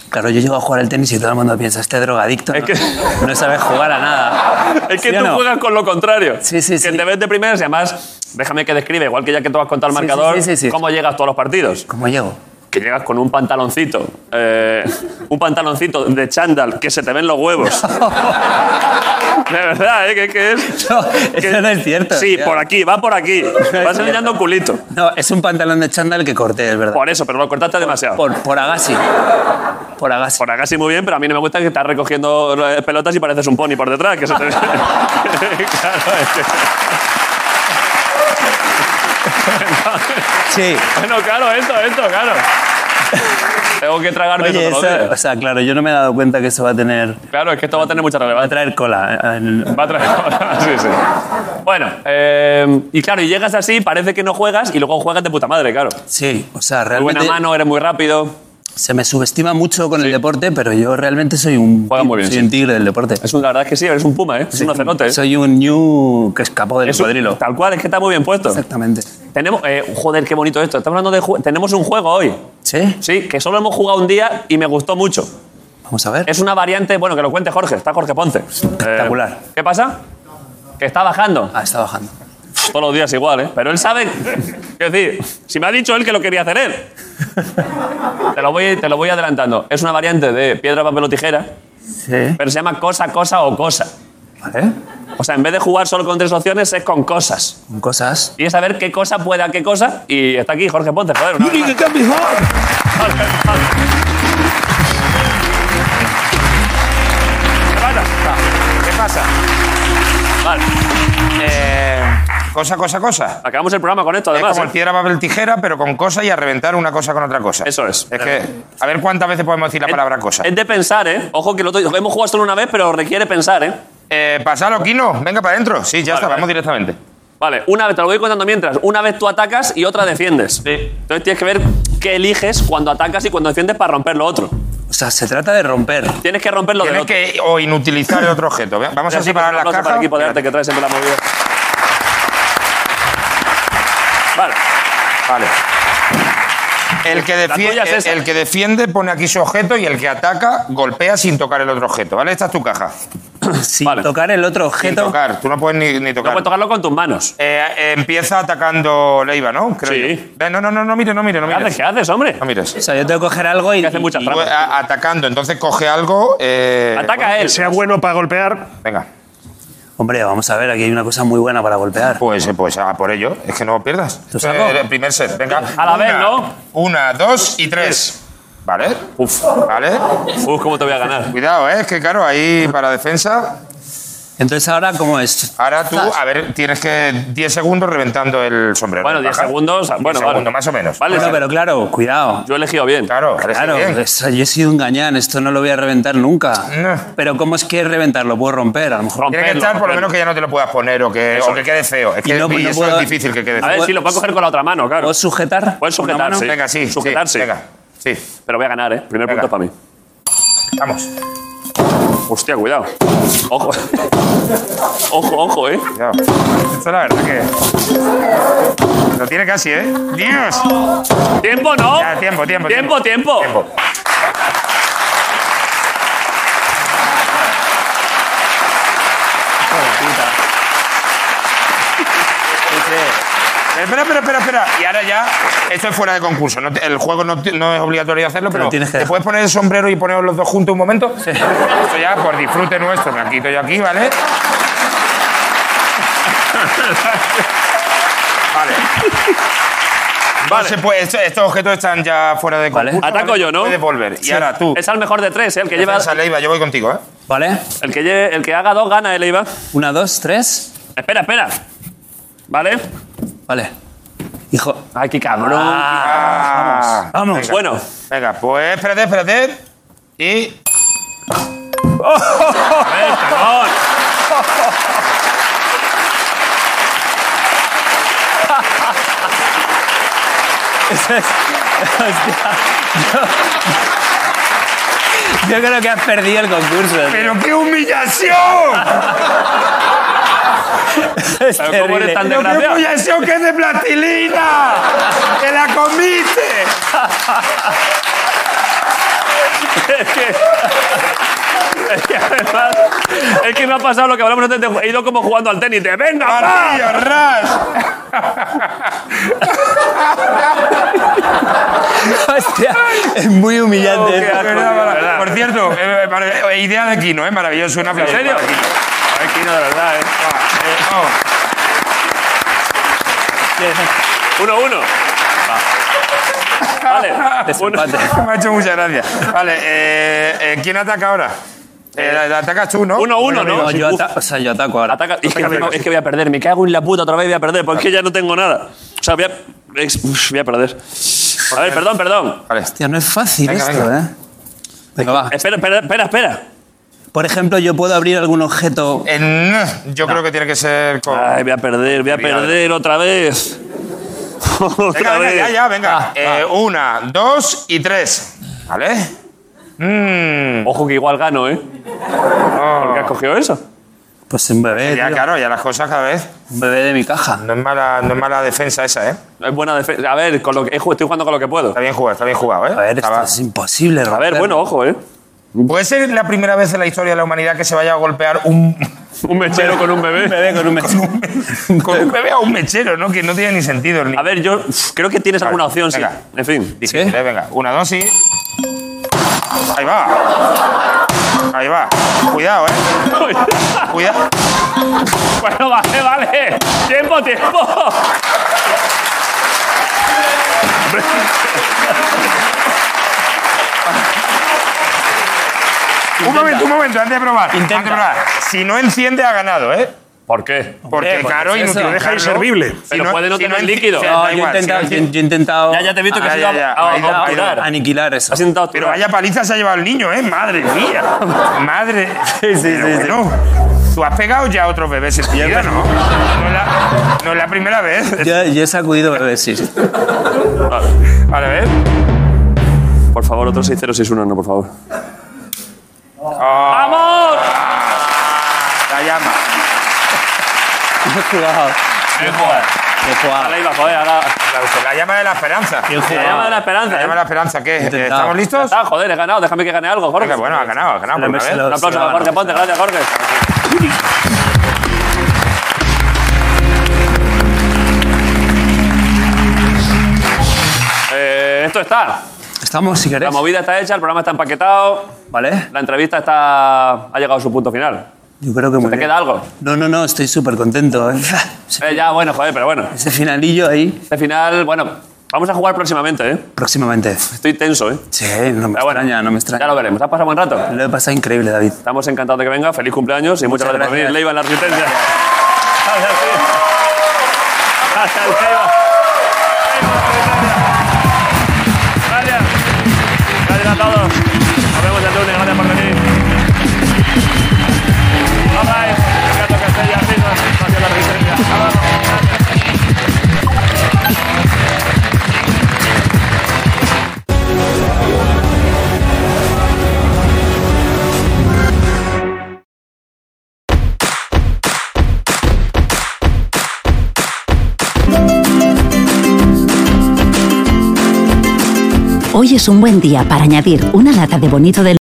Speaker 7: Claro, yo llego a jugar al tenis y todo el mundo piensa, este drogadicto
Speaker 1: Es
Speaker 7: no,
Speaker 1: que-
Speaker 7: no sabe jugar a nada.
Speaker 1: Es que
Speaker 7: ¿Sí o
Speaker 1: tú
Speaker 7: no?
Speaker 1: juegas con lo contrario.
Speaker 7: Sí, sí,
Speaker 1: Que
Speaker 7: sí.
Speaker 1: te ves de primeras y además, déjame que describe, igual que ya que tú has contado el
Speaker 7: Sí, sí,
Speaker 1: marcador,
Speaker 7: sí, sí, sí.
Speaker 1: cómo llegas tú a los partidos.
Speaker 7: ¿Cómo llego?
Speaker 1: Que llegas con un pantaloncito, eh, un pantaloncito de chándal que se te ven los huevos. De verdad, ¿eh? Que, que es...
Speaker 7: No, eso no es cierto.
Speaker 1: Sí,
Speaker 7: tío.
Speaker 1: por aquí, va por aquí. Vas
Speaker 7: cierto.
Speaker 1: enseñando culito.
Speaker 7: No, es un pantalón de chándal que corté, es verdad.
Speaker 1: Por eso, pero lo cortaste demasiado. Por,
Speaker 7: Por, por Agassi. Por Agassi.
Speaker 1: acá sí muy bien, pero a mí no me gusta que estás recogiendo eh, pelotas y pareces un pony por detrás. Que se te... este, claro, es que...
Speaker 7: Sí.
Speaker 1: Bueno, claro, esto, esto, claro. Tengo que tragarme
Speaker 7: Oye,
Speaker 1: eso todos los
Speaker 7: eso- o
Speaker 1: días.
Speaker 7: sea, claro, yo no me he dado cuenta que eso va a tener.
Speaker 1: Claro, es que esto va a tener mucha
Speaker 7: Va a
Speaker 1: relevancia.
Speaker 7: traer cola. eh, en-
Speaker 1: Va a traer... sí, sí. Bueno, eh, y claro, y llegas así, parece que no juegas y luego juegas de puta madre, claro.
Speaker 7: Sí, o sea,
Speaker 1: Muy
Speaker 7: realmente.
Speaker 1: buena mano, eres muy rápido.
Speaker 7: Se me subestima mucho con el deporte, pero yo realmente soy un.
Speaker 1: Juega muy bien,
Speaker 7: Soy
Speaker 1: sí.
Speaker 7: un tigre del deporte.
Speaker 1: Es un, la verdad es que sí, eres un puma, ¿eh? Es un ocelote. ¿eh?
Speaker 7: Soy un new que escapó del
Speaker 1: Es un-
Speaker 7: cuadrilo.
Speaker 1: Tal cual, es que está muy bien puesto.
Speaker 7: Exactamente.
Speaker 1: Tenemos, eh, joder, qué bonito esto. Estamos hablando de jue- tenemos un juego hoy.
Speaker 7: ¿Sí?
Speaker 1: Sí, que solo hemos jugado un día y me gustó mucho.
Speaker 7: Vamos a ver.
Speaker 1: Es una variante, bueno, que lo cuente Jorge, está Jorge Ponce.
Speaker 7: Espectacular.
Speaker 1: Eh, ¿Qué pasa? Que está bajando.
Speaker 7: Ah, está bajando.
Speaker 1: Todos los días igual, ¿eh? Pero él sabe. Es decir, si me ha dicho él que lo quería hacer él. Te lo voy, te lo voy adelantando. Es una variante de piedra, papel o tijera,
Speaker 7: Sí.
Speaker 1: pero se llama cosa, cosa o cosa.
Speaker 7: Vale.
Speaker 1: O sea, en vez de jugar solo con tres opciones, es con cosas.
Speaker 7: Con cosas.
Speaker 1: Y es saber qué cosa puede a qué cosa. Y está aquí Jorge Ponce, joder. una vez más. Vale, vale. ¿Qué pasa? Vale.
Speaker 10: Eh, Cosa, cosa, cosa.
Speaker 1: Acabamos el programa con esto,
Speaker 10: Es
Speaker 1: además.
Speaker 10: como el
Speaker 1: ¿eh?
Speaker 10: piedra, papel, tijera, pero con cosa y a reventar una cosa con otra cosa.
Speaker 1: Eso es.
Speaker 10: Es que, a ver cuántas veces podemos decir la palabra cosa.
Speaker 1: Es de pensar, ¿eh? Ojo que lo hemos jugado solo una vez, pero requiere pensar, ¿eh?
Speaker 10: Eh, pasalo, Kino. Venga para adentro. Sí, ya está,
Speaker 1: vale.
Speaker 10: vamos directamente.
Speaker 1: Vale, una vez, te lo voy contando mientras. Una vez tú atacas y otra defiendes. Entonces tienes que ver qué eliges cuando atacas y cuando defiendes para romper lo otro.
Speaker 7: O sea, se trata de romper.
Speaker 1: Tienes que romper lo del
Speaker 10: Tienes
Speaker 1: otro.
Speaker 10: que o inutilizar el otro objeto. Ve- Vamos a
Speaker 1: Así que
Speaker 10: separar
Speaker 1: un
Speaker 10: las
Speaker 1: aplauso
Speaker 10: cajas.
Speaker 1: para el equipo de arte que trae siempre la movida. Vale.
Speaker 10: Vale. El que,
Speaker 1: La tuya es
Speaker 10: defiende,
Speaker 1: esa.
Speaker 10: el que defiende pone aquí su objeto y el que ataca golpea sin tocar el otro objeto, ¿vale? Esta es tu caja.
Speaker 7: Sin
Speaker 1: Vale.
Speaker 7: tocar el otro
Speaker 10: Sin
Speaker 7: objeto.
Speaker 10: tocar. Tú no puedes ni, ni
Speaker 1: No
Speaker 10: tocar.
Speaker 1: puedes tocarlo con tus manos.
Speaker 10: Eh, eh, empieza atacando Leiva, ¿no? Creo
Speaker 1: Sí.
Speaker 10: yo. Ve, No, no, no, no mires, no mires, no
Speaker 1: ¿Qué haces?
Speaker 10: mires.
Speaker 1: ¿Qué haces, hombre?
Speaker 10: No mires.
Speaker 7: O sea, yo tengo que coger algo y.
Speaker 1: Que hace muchas
Speaker 7: y-
Speaker 10: Tú, eh,
Speaker 1: trampas.
Speaker 10: a- atacando, entonces coge algo. eh,
Speaker 1: Ataca a
Speaker 3: Que
Speaker 1: él.
Speaker 3: sea bueno para golpear.
Speaker 10: Venga.
Speaker 7: Hombre, vamos a ver, aquí hay una cosa muy buena para golpear.
Speaker 10: Pues, eh, pues a por ello. Es que no pierdas. Eh,
Speaker 7: ¿Lo saco?
Speaker 10: el primer set. Venga.
Speaker 1: A la
Speaker 10: Una,
Speaker 1: vez, ¿no?
Speaker 10: Una, dos y tres.
Speaker 3: ¿Vale?
Speaker 1: Uf,
Speaker 3: ¿Vale?
Speaker 1: uf, ¿cómo te voy a ganar?
Speaker 3: Cuidado, ¿eh? Es que claro, ahí para defensa.
Speaker 7: Entonces ahora, ¿cómo es? Ah.
Speaker 3: Ahora tú, a ver, tienes que 10 segundos reventando el sombrero.
Speaker 1: Bueno, 10
Speaker 3: Baja.
Speaker 1: segundos. Bueno,
Speaker 3: 10
Speaker 1: vale.
Speaker 3: segundos, más o menos.
Speaker 1: Vale,
Speaker 7: Bueno, pero claro, cuidado.
Speaker 1: yo he elegido bien.
Speaker 3: Claro, ¿eh?
Speaker 7: Claro, eso, yo he sido un gañán, esto no lo voy a reventar nunca.
Speaker 3: No.
Speaker 7: Pero ¿cómo es que reventarlo? Puedo romper, a lo mejor.
Speaker 3: Tiene que
Speaker 1: Romperlo,
Speaker 3: estar por lo
Speaker 1: romperlo.
Speaker 3: menos que ya no te lo puedas poner o que, o que quede feo. Es
Speaker 7: Y
Speaker 3: que
Speaker 7: no-
Speaker 3: y
Speaker 7: no
Speaker 3: eso
Speaker 7: puedo-
Speaker 3: es difícil que quede
Speaker 1: A
Speaker 3: feo.
Speaker 1: ver si lo va a coger con la otra mano, claro.
Speaker 7: ¿Puedo sujetar?
Speaker 1: Puedes
Speaker 7: ¿Con una
Speaker 1: sujetar,
Speaker 7: mano?
Speaker 1: sí.
Speaker 3: Venga, sí. sí,
Speaker 1: Sujetarse.
Speaker 3: venga, sí.
Speaker 1: Pero voy a ganar, ¿eh? Primer
Speaker 3: Venga.
Speaker 1: punto para mí.
Speaker 3: Vamos.
Speaker 1: Hostia, cuidado. Ojo. ojo, ojo, ¿eh?
Speaker 3: Cuidado. Esto la verdad que. Lo tiene casi, ¿eh? ¡Dios!
Speaker 1: ¡Tiempo, no!
Speaker 3: Ya, tiempo, tiempo.
Speaker 1: Tiempo, tiempo.
Speaker 3: Tiempo. Sí, sí. Espera, espera, espera, espera. Y ahora ya, esto es fuera de concurso. No te- el juego no, te- no es obligatorio hacerlo, pero,
Speaker 7: Pero tienes que
Speaker 3: te
Speaker 7: dejar.
Speaker 3: puedes poner el sombrero y poneros los dos juntos un momento. Esto ya por disfrute nuestro. Me la quito yo aquí, ¿vale? vale. Vale. se puede- esto- estos objetos están ya fuera de
Speaker 7: Vale.
Speaker 3: concurso.
Speaker 1: Ataco yo, ¿no?
Speaker 3: Puedes volver. Y ahora tú.
Speaker 1: Es al mejor de tres, ¿eh? El que, lleva,
Speaker 3: Defensa, Leiva, yo voy contigo, ¿eh?
Speaker 7: ¿Vale?
Speaker 1: el, que lleve- el que haga dos gana, ¿eh, Leiva?
Speaker 7: Una, dos, tres.
Speaker 1: Espera, espera. ¿Vale?
Speaker 7: Vale. Hijo.
Speaker 1: Ay, qué cabrón.
Speaker 3: Ah,
Speaker 7: Vamos.
Speaker 3: venga.
Speaker 1: Bueno,
Speaker 3: Venga, pues espérate, espérate. Y.
Speaker 1: a ver, perdón.
Speaker 7: Yo creo que has perdido el concurso.
Speaker 3: ¡Pero qué humillación!
Speaker 7: Es
Speaker 1: Pero ¿Cómo eres
Speaker 7: terrible.
Speaker 1: tan
Speaker 3: ¡Pero qué
Speaker 1: desgraciado?
Speaker 3: humillación que es de plastilina! ¡Que la comiste!
Speaker 1: es que. Es que además. Es que me ha pasado lo que hablamos antes. de- he ido como jugando al tenis. De, ¡Venga, va!
Speaker 3: ¡Martillo, ras!
Speaker 7: Hostia, es muy humillante.
Speaker 1: qué
Speaker 7: esto.
Speaker 1: asco.
Speaker 3: Verdad, mara-
Speaker 1: verdad.
Speaker 3: Por cierto, eh, mara- eh, idea de Kino, ¿eh? Maravilloso, una
Speaker 1: ¿En serio? Ay, Kino, de verdad, ¿eh? Uno, uno. Va. Vale.
Speaker 7: Desempate.
Speaker 3: Me ha hecho muchas gracias. Vale, eh, eh, ¿quién ataca ahora? Eh, la- la atacas tú, ¿no?
Speaker 1: Uno, uno, ¿no?
Speaker 7: No, yo, ata- o sea, yo ataco ahora.
Speaker 1: Ataca- es, que,
Speaker 3: Ataca, ataca.
Speaker 1: es que voy a perder, me cago en la puta otra vez voy a perder, porque es que ya no tengo nada. O sea, voy a, es- uf, voy a perder. A ver, perdón, perdón.
Speaker 3: Vale.
Speaker 7: Hostia, no es fácil
Speaker 3: Venga,
Speaker 7: esto,
Speaker 3: venga.
Speaker 7: ¿eh? Venga, va.
Speaker 1: Espera, espera, espera, espera.
Speaker 7: Por ejemplo, yo puedo abrir algún objeto.
Speaker 3: Eh, no, yo creo que tiene que ser con.
Speaker 1: Ay, voy a perder, voy a perder otra vez.
Speaker 3: Venga,
Speaker 1: otra
Speaker 3: venga, ya,
Speaker 1: vez.
Speaker 3: ya, venga. Eh, Una, dos y tres. ¿Vale? Mmm.
Speaker 1: Ojo que igual gano, ¿eh? ¿Por qué has cogido eso?
Speaker 7: Pues un bebé,
Speaker 3: Ya,
Speaker 7: tío.
Speaker 3: claro, ya las cosas cada vez.
Speaker 7: Un bebé de mi caja.
Speaker 3: No es mala, no es mala defensa esa, ¿eh?
Speaker 1: No Es buena defensa. A ver, con lo que, he jug- estoy jugando con lo que puedo.
Speaker 3: Está bien jugado, está bien jugado, ¿eh?
Speaker 7: A ver, esto
Speaker 3: Estaba-
Speaker 7: es imposible.
Speaker 1: A ver, bueno, ojo, ¿eh?
Speaker 3: Puede ser la primera vez en la historia de la humanidad que se vaya a golpear un,
Speaker 1: Un mechero con un bebé.
Speaker 7: bebé con un mechón.
Speaker 3: con un bebé a un mechero, ¿no? Que no tiene ni sentido. Ni...
Speaker 1: A ver, yo uf, creo que tienes alguna opción, sí.
Speaker 3: venga.
Speaker 1: En fin.
Speaker 3: Difícil, ¿eh? Venga, una, dos y. Ahí va. Ahí va. Cuidado, ¿eh? Cuidado.
Speaker 1: Bueno, vale, vale. Tiempo, tiempo.
Speaker 3: Un momento, un momento, antes de probar. antes de
Speaker 7: Intenta.
Speaker 3: probar. Si no enciende, ha ganado, ¿eh?
Speaker 1: ¿Por qué?
Speaker 3: Porque, claro,
Speaker 7: es eso.
Speaker 3: inútil. Deja
Speaker 12: Inservible.
Speaker 1: Pero puede no tener líquido.
Speaker 3: Sí,
Speaker 7: No,
Speaker 3: da
Speaker 7: yo
Speaker 3: igual,
Speaker 7: he intentado,
Speaker 3: si no
Speaker 7: yo,
Speaker 3: enci-
Speaker 7: yo he intentado
Speaker 1: Ya, ya te he visto que
Speaker 3: Ah,
Speaker 1: has
Speaker 3: ya,
Speaker 1: ido a-
Speaker 3: ya.
Speaker 1: a
Speaker 3: Ahí va,
Speaker 1: a
Speaker 3: ahí va.
Speaker 1: curar.
Speaker 7: aniquilar eso.
Speaker 1: Has intentado
Speaker 3: Pero
Speaker 1: curar.
Speaker 3: vaya paliza se ha llevado el niño, ¿eh? Madre mía. Madre. Sí, sí, sí. Tú has pegado ya a otros bebés en tu vida, ¿no? No es, la, no es la primera vez.
Speaker 7: Yo, yo he sacudido bebés, sí.
Speaker 3: Vale, a ver.
Speaker 1: Por favor, otro 6061, no, por favor.
Speaker 3: Ah,
Speaker 1: ¡Vamos!
Speaker 7: Ah,
Speaker 3: la llama.
Speaker 7: He jugado. He jugado.
Speaker 1: Ahora Ah, iba, joder, ahora.
Speaker 3: Aplauso. La llama de la esperanza.
Speaker 1: La llama de la
Speaker 3: La
Speaker 1: esperanza.
Speaker 3: llama de
Speaker 1: ¿eh?
Speaker 3: la esperanza, ¿qué?
Speaker 7: Intentado.
Speaker 3: ¿Estamos listos?
Speaker 1: Ah, joder, he ganado. Déjame que gane algo, Jorge.
Speaker 3: Venga, bueno, ha ganado, ha ganado.
Speaker 7: La
Speaker 3: por una
Speaker 7: mesa
Speaker 3: vez.
Speaker 7: lo-
Speaker 1: Un aplauso
Speaker 7: Se va
Speaker 1: para
Speaker 7: a
Speaker 1: Jorge
Speaker 7: ganar.
Speaker 1: Ponte. Gracias, Jorge. Eh, esto está.
Speaker 7: Estamos, si
Speaker 1: La
Speaker 7: queréis.
Speaker 1: movida está hecha, el programa está empaquetado,
Speaker 7: ¿Vale?
Speaker 1: la entrevista está ha llegado a su punto final.
Speaker 7: Yo creo que muy
Speaker 1: ¿Te
Speaker 7: bien.
Speaker 1: queda algo?
Speaker 7: No, no, no, estoy súper contento. ¿eh?
Speaker 1: Eh, ya, bueno, joder, pero bueno.
Speaker 7: Ese finalillo ahí.
Speaker 1: Este final, bueno, Vamos a jugar próximamente, ¿eh?
Speaker 7: Próximamente.
Speaker 1: Estoy tenso, ¿eh?
Speaker 7: Sí, no me
Speaker 1: Pero bueno,
Speaker 7: extraña, no me extraña.
Speaker 1: Ya lo veremos. ¿Has pasado buen rato?
Speaker 7: Lo he pasado increíble, David.
Speaker 1: Estamos encantados de que venga. Feliz cumpleaños y muchas, gracias
Speaker 7: Muchas
Speaker 1: por venir.
Speaker 7: gracias.
Speaker 1: Leiva en la resistencia. Gracias, tío. Gracias, Leiva. Leiva en la Resistencia. Gracias. Gracias a todos. Nos vemos el lunes. Gracias por venir. Bye bye. Ricardo Castella, Silva, Gracias a la resistencia. Hasta luego. Gracias.
Speaker 13: Hoy es un buen día para añadir una lata de bonito de